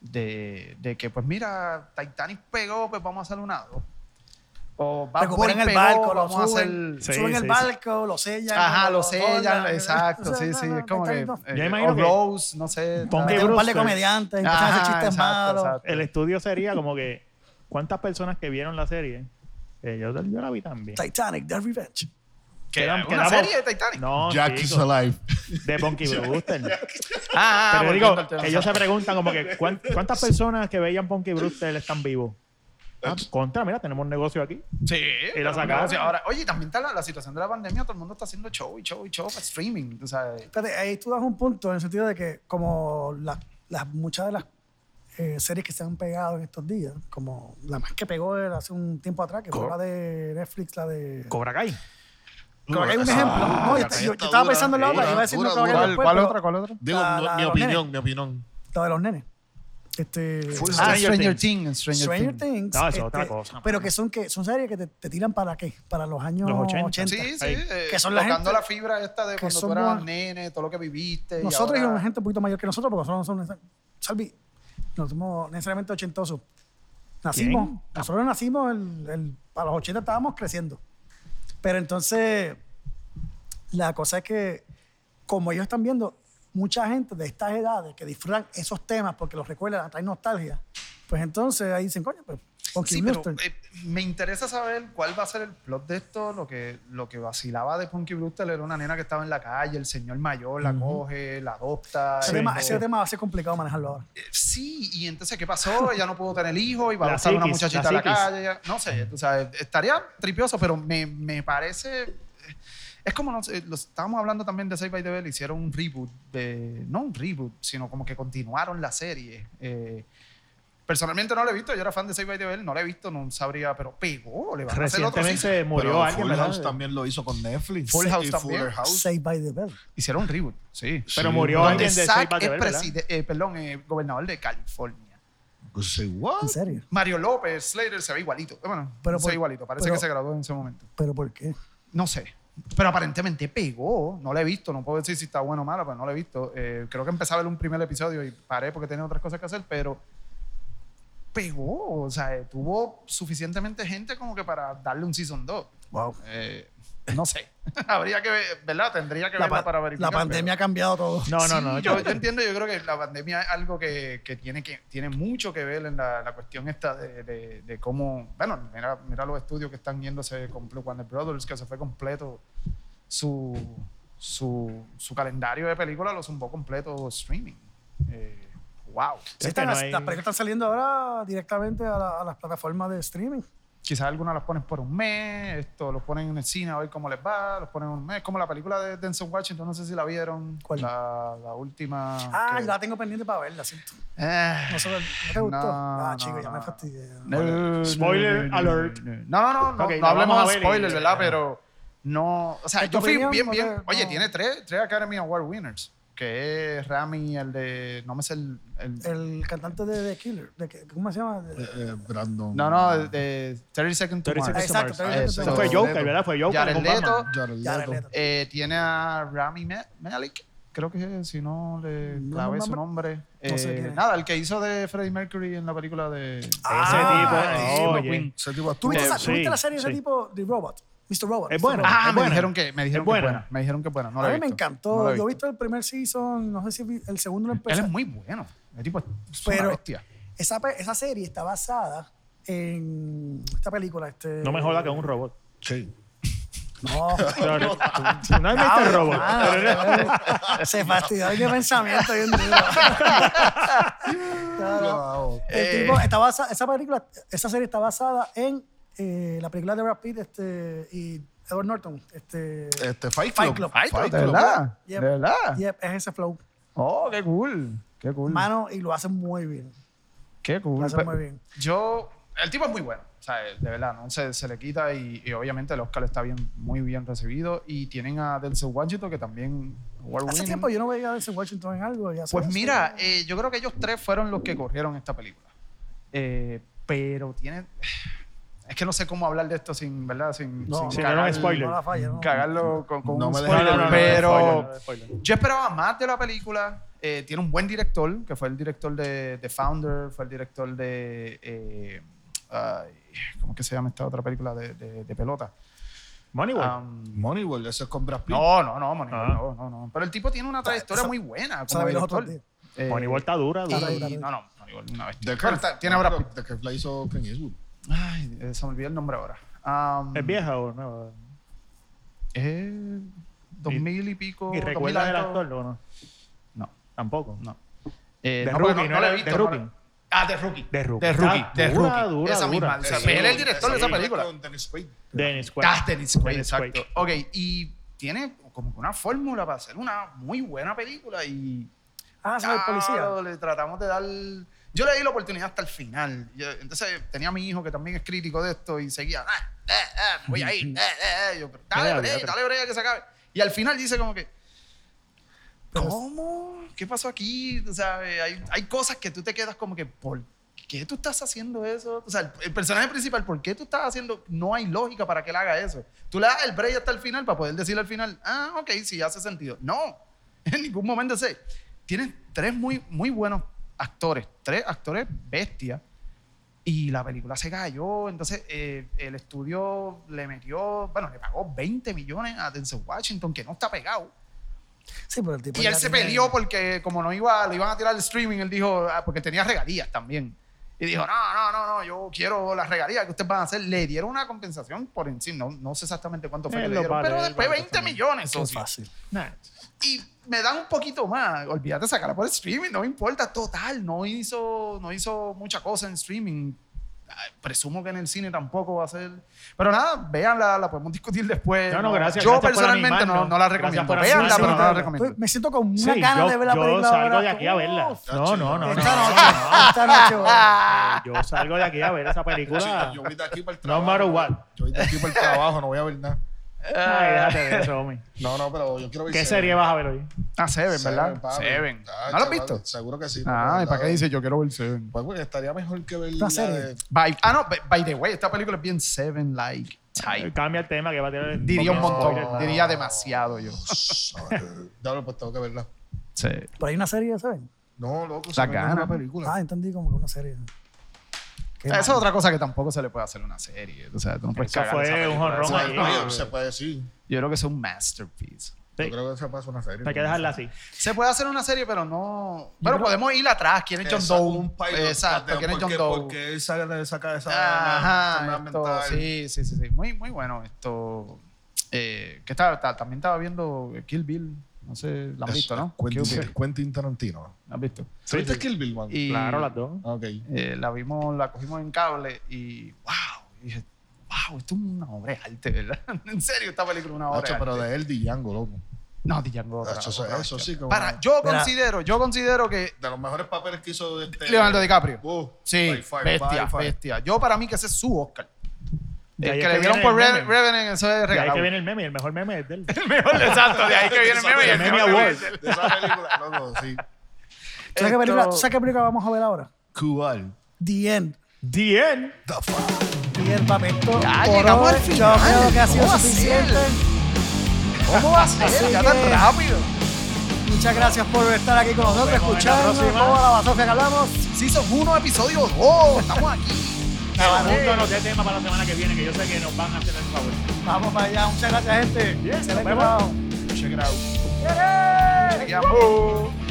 De, de que, pues mira, Titanic pegó, pues vamos a hacer una dos. O Bad Bunny
Recuperan el
pegó,
barco, lo
vamos a hacer...
suben,
Sí,
suben
sí,
el barco, lo sellan.
Ajá,
lo
lo sellan,
bordan.
exacto,
[laughs] O sea,
sí,
no,
sí,
no,
es como que...
Titanic no.
eh,
Ya imagino
o
que-
Rose, no sé. ah,
Ponte
Metieron un par de
Brewster.
comediantes, empiezan a hacer
Ajá,
chistes
exacto,
malos.
exacto.
El estudio sería como que, ¿cuántas personas que vieron la serie? Eh, yo, yo la vi también.
Titanic, The Revenge.
Que
Quedan-
una
quedamos-
serie de Titanic.
No,
Jack is
chico,
alive.
de
[laughs]
Punky Brewster.
Ah,
Pero
volviendo
digo,
al tema.
ellos se preguntan como que ¿cuán- ¿cuántas personas que veían Punky Brewster están vivos? Ah, contra, mira, tenemos un negocio aquí.
Sí.
la
pero
sacaron.
o sea, Ahora, oye, también está la, la situación de la pandemia, todo el mundo está haciendo show y show y show, streaming, tú sabes.
Espérate, ahí tú das un punto en el sentido de que como las las- muchas de las eh, series que se han pegado en estos días, como la más que pegó era hace un tiempo atrás, que fue la de Netflix, la de...
Cobra Kai.
Como que hay un ejemplo. No, yo,
la
yo- yo
está
estaba
dura,
pensando en la otra,
dura,
iba a decir
dura,
no, creo que
dura.
después,
¿Cuál
Pues, pero
otra? ¿Cuál otra?
Digo,
La-
no-
la-
mi
los
opinión,
nenes.
mi opinión.
la de los nenes. Este,
Full
Stranger
Ah, Stranger
Things.
Things. Stranger,
Stranger
Things.
Things. este,
No, eso es otra cosa,
Pero que son, que son series que te, te tiran para qué? Para los años
Los 80.
80.
Sí, sí.
Ahí.
eh,
Que son la
tocando
gente-
la fibra esta de
que
cuando tú
somos-
eras nene, todo lo que viviste.
Nosotros y
y ahora-
una gente un poquito mayor que nosotros, porque nosotros no somos, Salvi, no somos necesariamente ochentosos. Nacimos,
Bien.
nosotros nacimos, el, el- a los 80 estábamos creciendo. Pero entonces, la cosa es que, como ellos están viendo, mucha gente de estas edades que disfrutan esos temas porque los recuerdan, traen nostalgia, pues entonces ahí dicen, coño, pues, Punky
Sí, pero
Brewster".
eh, me interesa saber cuál va a ser el plot de esto. Lo que, lo que vacilaba de Punky Brewster era una nena que estaba en la calle, el señor mayor la coge, la adopta.
ese,
y
tema,
lo-
ese tema va a ser complicado manejarlo ahora.
Eh, Sí, y entonces, ¿qué pasó? Ella no pudo tener hijos y va a
La
adoptar una
psiquis,
muchachita
la
a la
psiquis.
calle. No sé, tú sabes, estaría tripioso, pero me, me parece... Es como, no sé, lo estábamos hablando también de Save by the Bell, hicieron un reboot, de, no un reboot, sino como que continuaron la serie. Eh, personalmente no lo he visto, yo era fan de Save by the Bell, no lo he visto, no sabría, pero pegó, le van a hacer otro season.
Recientemente murió
Pero
alguien,
Full
¿verdad?
House también lo hizo con Netflix.
Full House
y
también.
Fuller House.
Saved by the Bell.
Hicieron un reboot, sí.
Pero
Sí,
murió
¿dónde
Donde
alguien de Saved
Zack
by
es
the Bell, ¿verdad?
preside- eh, perdón, eh, gobernador de California.
Say what?
En serio.
Mario López Slater se ve igualito. Bueno,
Pero
se
por-
ve igualito. Parece
pero-
que se graduó en ese momento.
¿Pero por qué?
No sé. Pero aparentemente pegó. No lo he visto. No puedo decir si está bueno o malo, pero no lo he visto. Eh, creo que empecé a ver un primer episodio y paré porque tenía otras cosas que hacer, pero pegó. O sea, eh, tuvo suficientemente gente como que para darle un season 2.
Wow.
no sé. [laughs] Habría que ver, ¿verdad? Tendría que
La,
verla
pa-
para
la
verificar. pero-
pandemia ha cambiado todo.
No, no,
Sí,
no.
Yo, yo entiendo, yo creo que la pandemia es algo que, que tiene, que tiene mucho que ver en la, la cuestión esta de, de- de cómo, bueno, mira, mira los estudios que están yéndose con Blue Warner Brothers, que se fue completo su, su, su calendario de película, lo zumbó completo streaming. Eh, wow.
Sí,
Es
están-
que no
las,
hay-
las películas están saliendo ahora directamente a, la- a las plataformas de streaming.
Quizás algunas las ponen por un mes, esto, los ponen en el cine a ver cómo les va, los ponen un mes, como la película de Denzel Washington, no sé si la vieron,
¿Cuál?
La, la última.
Ah,
que-
yo la tengo pendiente para verla, siento.
Eh.
No, sé, ¿no te gustó?
No,
ah,
no,
chico, ya
no,
me
no.
fastidié.
No,
Spoiler alert.
No, no, no,
Ok,
no
la vamos a
hablemos de
ver y-
spoiler, ¿verdad? Pero no, o sea,
¿Es tu
yo fui
opinión?
bien,
No
bien.
te-
Oye,
no.
tiene tres, tres Academy Award winners, que es Rami, el de, no me sé el, el-
El cantante de The Killer, de que- ¿cómo se llama? De-
Eh, eh, Brandon.
no, no, el de 30 Seconds to
30
Mars.
Seconds to
Exacto,
Mars.
pero
Eso.
Ese Ah, fue Joker, ¿verdad? Fue Joker
Jared
con
Leto.
Batman.
Jared
Jared
Leto.
Leto.
Eh, tiene a Rami Ma- Malek, creo que si no le
No,
clavé
no,
su
no.
nombre.
No sé
Eh,
quién es.
nada, el que hizo de Freddie Mercury en la película de...
Ah,
Ese
sí,
tipo,
lo
oye.
Ese tipo
¿Tú viste,
Eh,
esa-
sí,
tú viste la serie de
sí.
ese tipo, The Robot? Mr. Robot.
Es
Mr.
buena.
Robot.
Ah, me
buena.
dijeron que me dijeron
Es
que
buena.
buena. Me dijeron que buena. No la
a
he
mí me
visto.
encantó.
No la
Yo he visto el primer season, no sé si vi- el segundo lo
Él
empecé.
es muy bueno. El tipo es
Pero-
una bestia.
Esa, pe- esa serie está basada en esta película. Este,
No me joda que es un robot.
Sí.
[laughs]
No.
No, no,
[laughs]
no, no hay
Ah,
Mr.
Cabrón,
Robot.
mano,
pero-
cabrón. se fastidió el pensamiento bien duro. No, no.
eh.
El tipo está basa- esa película, esa serie está basada en eh, la película de Brad Pitt este, y Edward Norton. Este,
Este, Fight
Fight
Club.
Club.
¿De
Club.
verdad?
Yep.
¿De verdad?
yep, es ese flow,
Oh, qué cool. Qué cool.
mano, y lo hacen muy bien.
qué
Lo
cool.
hacen muy bien.
Yo, el tipo es muy bueno, o sea, de verdad, no se, se le quita y, y obviamente el Oscar está bien, muy bien recibido y tienen a Denzel Washington que también award
Hace
winning.
tiempo yo no veía a Denzel Washington en algo. ya
Pues
sabes.
mira, eh, yo creo que ellos tres fueron los que corrieron esta película, Eh, pero tiene, es que no sé cómo hablar de esto sin, verdad, sin,
No,
sin
no, no,
cagar-
spoiler.
No la falla, no.
cagarlo con, con
No
un
me dejes
spoiler,
hablar, no, no, no,
pero
spoiler, no, spoiler.
yo esperaba más de la película. Eh, tiene un buen director, que fue el director de The Founder, fue el director de. eh, ay, ¿Cómo que se llama esta otra película de, de- de pelota?
Moneyball.
Um,
Moneyball, eso es con Brad Pitt.
no, no, no, Moneyball,
Ah.
no, no, no. Pero el tipo tiene una trayectoria muy buena.
Se la
Como
vi los
director.
otros días.
Eh,
Moneyball está dura, dura.
Dale, dale.
y- no, no, Moneyball, una bestia.
De
Pero está- tiene a Brad Pitt.
De que la hizo Clint Eastwood.
Ay, eh, se me olvidó el nombre ahora. Um,
¿Es vieja o no?
Es dos
Y-
mil y pico.
¿Y
dos mil
recuerdas el
algo.
actor o no?
No,
Tampoco.
no. Eh,
De
no, porque
Rookie,
no,
¿no
no lo
era-
he
de
visto. no lo-
Rookie?
Ah, de Rookie.
De Rookie.
De Rookie.
Está
De Rookie.
dura, dura,
Esa misma.
dura.
O sea,
Ese-
él es el director de esa película.
con Dennis Quaid.
Dennis Quaid.
Ah, Dennis Quaid,
Dennis Quaid.
exacto. Ok, y tiene como que una fórmula para hacer una muy buena película y...
Ah, soy el policía.
Claro, Le tratamos de dar... Yo le di la oportunidad hasta el final. Yo- entonces tenía a mi hijo que también es crítico de esto y seguía, ah, eh, eh,
[laughs]
voy ahí, eh, eh, eh. Yo, pero dale
Mira,
brea,
olvídate.
dale brea que se acabe. Y al final dice como que, ¿cómo? ¿Qué pasó aquí? Tú sabes, hay, hay cosas que tú te quedas como que, ¿por qué tú estás haciendo eso? O sea, el, el personaje principal, ¿por qué tú estás haciendo? No hay lógica para que él haga eso. Tú le das el break hasta el final para poder decirle al final, ah, ok, sí, hace sentido. No, [laughs] en ningún momento sé. Tienes tres muy, muy buenos actores, tres actores bestias. Y la película se cayó, entonces eh, el estudio le metió, bueno, le pagó 20 millones a Denzel Washington, que no está pegado.
Sí, pero el tipo
Pues
Y
ya
él se
tiene-
peleó porque como no iba, lo iban a tirar al streaming, él dijo, ah, porque tenía regalías también. Y dijo, no, no, no, no, yo quiero las regalías que ustedes van a hacer. Le dieron una compensación por encima, no, no sé exactamente cuánto fue
Eh,
que le
lo
dieron,
vale,
pero
eh,
después
vale,
20
también.
millones,
Qué
socio.
fácil.
Nah.
Y me dan un poquito más, olvídate de sacarla por streaming, no me importa, total, no hizo, no hizo mucha cosa en streaming. Ay, Presumo que en el cine tampoco va a ser. Pero nada, véanla, la podemos discutir después.
No, no, gracias,
Yo
gracias por
personalmente no,
animarnos.
no la
Gracias
recomiendo.
por
Véanla,
animarnos.
pero no la
Sí,
recomiendo.
Estoy- Me siento con una
Sí,
ganas
yo,
de ver la
yo
película.
salgo
ahora.
de aquí a verla.
Uf, Ah.
No, no, no.
Esta
no,
noche,
no.
esta noche.
[laughs]
bro.
Eh, Yo salgo de aquí a ver esa película.
Yo voy de aquí para el
No
trabajo.
matter what.
Yo voy de aquí para el trabajo, no voy a ver nada.
Ay,
Ah.
déjate de eso, homie.
No, no, pero yo quiero ver.
¿Qué
Seven.
serie vas a ver hoy?
Ah, Seven, ¿verdad?
papi.
Seven. ¿No
Ah,
lo has
chaval,
visto?
Seguro que sí.
Ah, ¿y para qué
dices?
dice yo quiero ver Seven?
Pues porque estaría mejor que ver
Una
la
serie.
de-
By- ah, no, by, by the way, esta película es bien Seven-like type.
Eh, Cambia el tema que va a tirar el
Diría un
poquito
montón,
spoiler.
diría demasiado yo.
[laughs] Diablo, pues tengo que verla.
Sí.
Pero hay una serie, ¿saben?
No, loco,
La
se me viene
gana.
una película.
Ah, entendí como que una serie. Qué
Esa es
mal.
otra cosa que tampoco se le puede hacer una serie. O sea, tú no puedes
Eso
cagar
fue
Pues esa película.
un honrón
O
Eso-
sea,
ahí.
no,
oye, se puede decir.
Yo creo que es un masterpiece.
Sí,
Yo creo que se pasa una serie.
Hay que dejarla así.
Se puede hacer una serie, pero no. Bueno, podemos ir atrás. ¿Quién es John Doe? Exacto, ¿quién es John Doe?
Porque él saca, saca esa
Ajá,
enfermedad
esto,
mental.
sí, sí, sí, sí. Muy, muy bueno esto. Eh, que estaba, ta- también estaba viendo Kill Bill. No sé, la han
Es-
visto, ¿no?
Quentin,
Kill Bill.
Quentin Tarantino.
¿La han visto?
¿Viste Kill Bill, man?
Y-
Claro, las dos.
Ah, Ok.
eh, la vimos, la cogimos en cable y wow, Y dije, wow, esto es una obra de arte, ¿verdad? [laughs] en serio, esta película es una obra
Hacho,
de
pero
arte.
de él, Django, loco.
No, de Django. otra-
Hacho, eso-
otra
eso
bestia.
sí que
Para,
una-
yo
Mira.
considero, yo considero que
De los mejores papeles que hizo este...
Leonardo DiCaprio.
Uh,
Sí,
by far,
bestia,
by far.
bestia. Yo para mí que ese es su Oscar.
De
El
ahí
que
es
le
que
dieron
viene
por
el
Re-
meme.
Revenant, eso es
Y ahí
regalado.
que
[laughs]
viene el meme. y [laughs] El mejor meme es de él.
El mejor, [laughs] exacto, de ahí que
[laughs]
viene el meme y el
El meme
mejor
award.
es el-
De esa película, loco, sí.
¿Tú ¿Sabes qué película, tú sabes qué película vamos a ver ahora?
Cubal.
The End.
The End.
The End, papi. Esto
Ya
por
llegamos
hoy,
al
Yo
final.
creo que ha sido
¿Cómo va a ser?
suficiente.
¿Cómo va a ser?
Así
Ya tan
que-
rápido.
Muchas gracias por estar aquí con nosotros,
vemos en la
escucharnos
próxima.
toda la basofia que hablamos.
Si son uno, episodio dos. Estamos aquí.
Que el mundo nos dé tema para la semana que viene, que yo sé que nos van a hacer el favor.
Vamos para allá. Muchas gracias, gente.
Yes, nos
Excelente
vemos.
trabajo.
Chequeamos.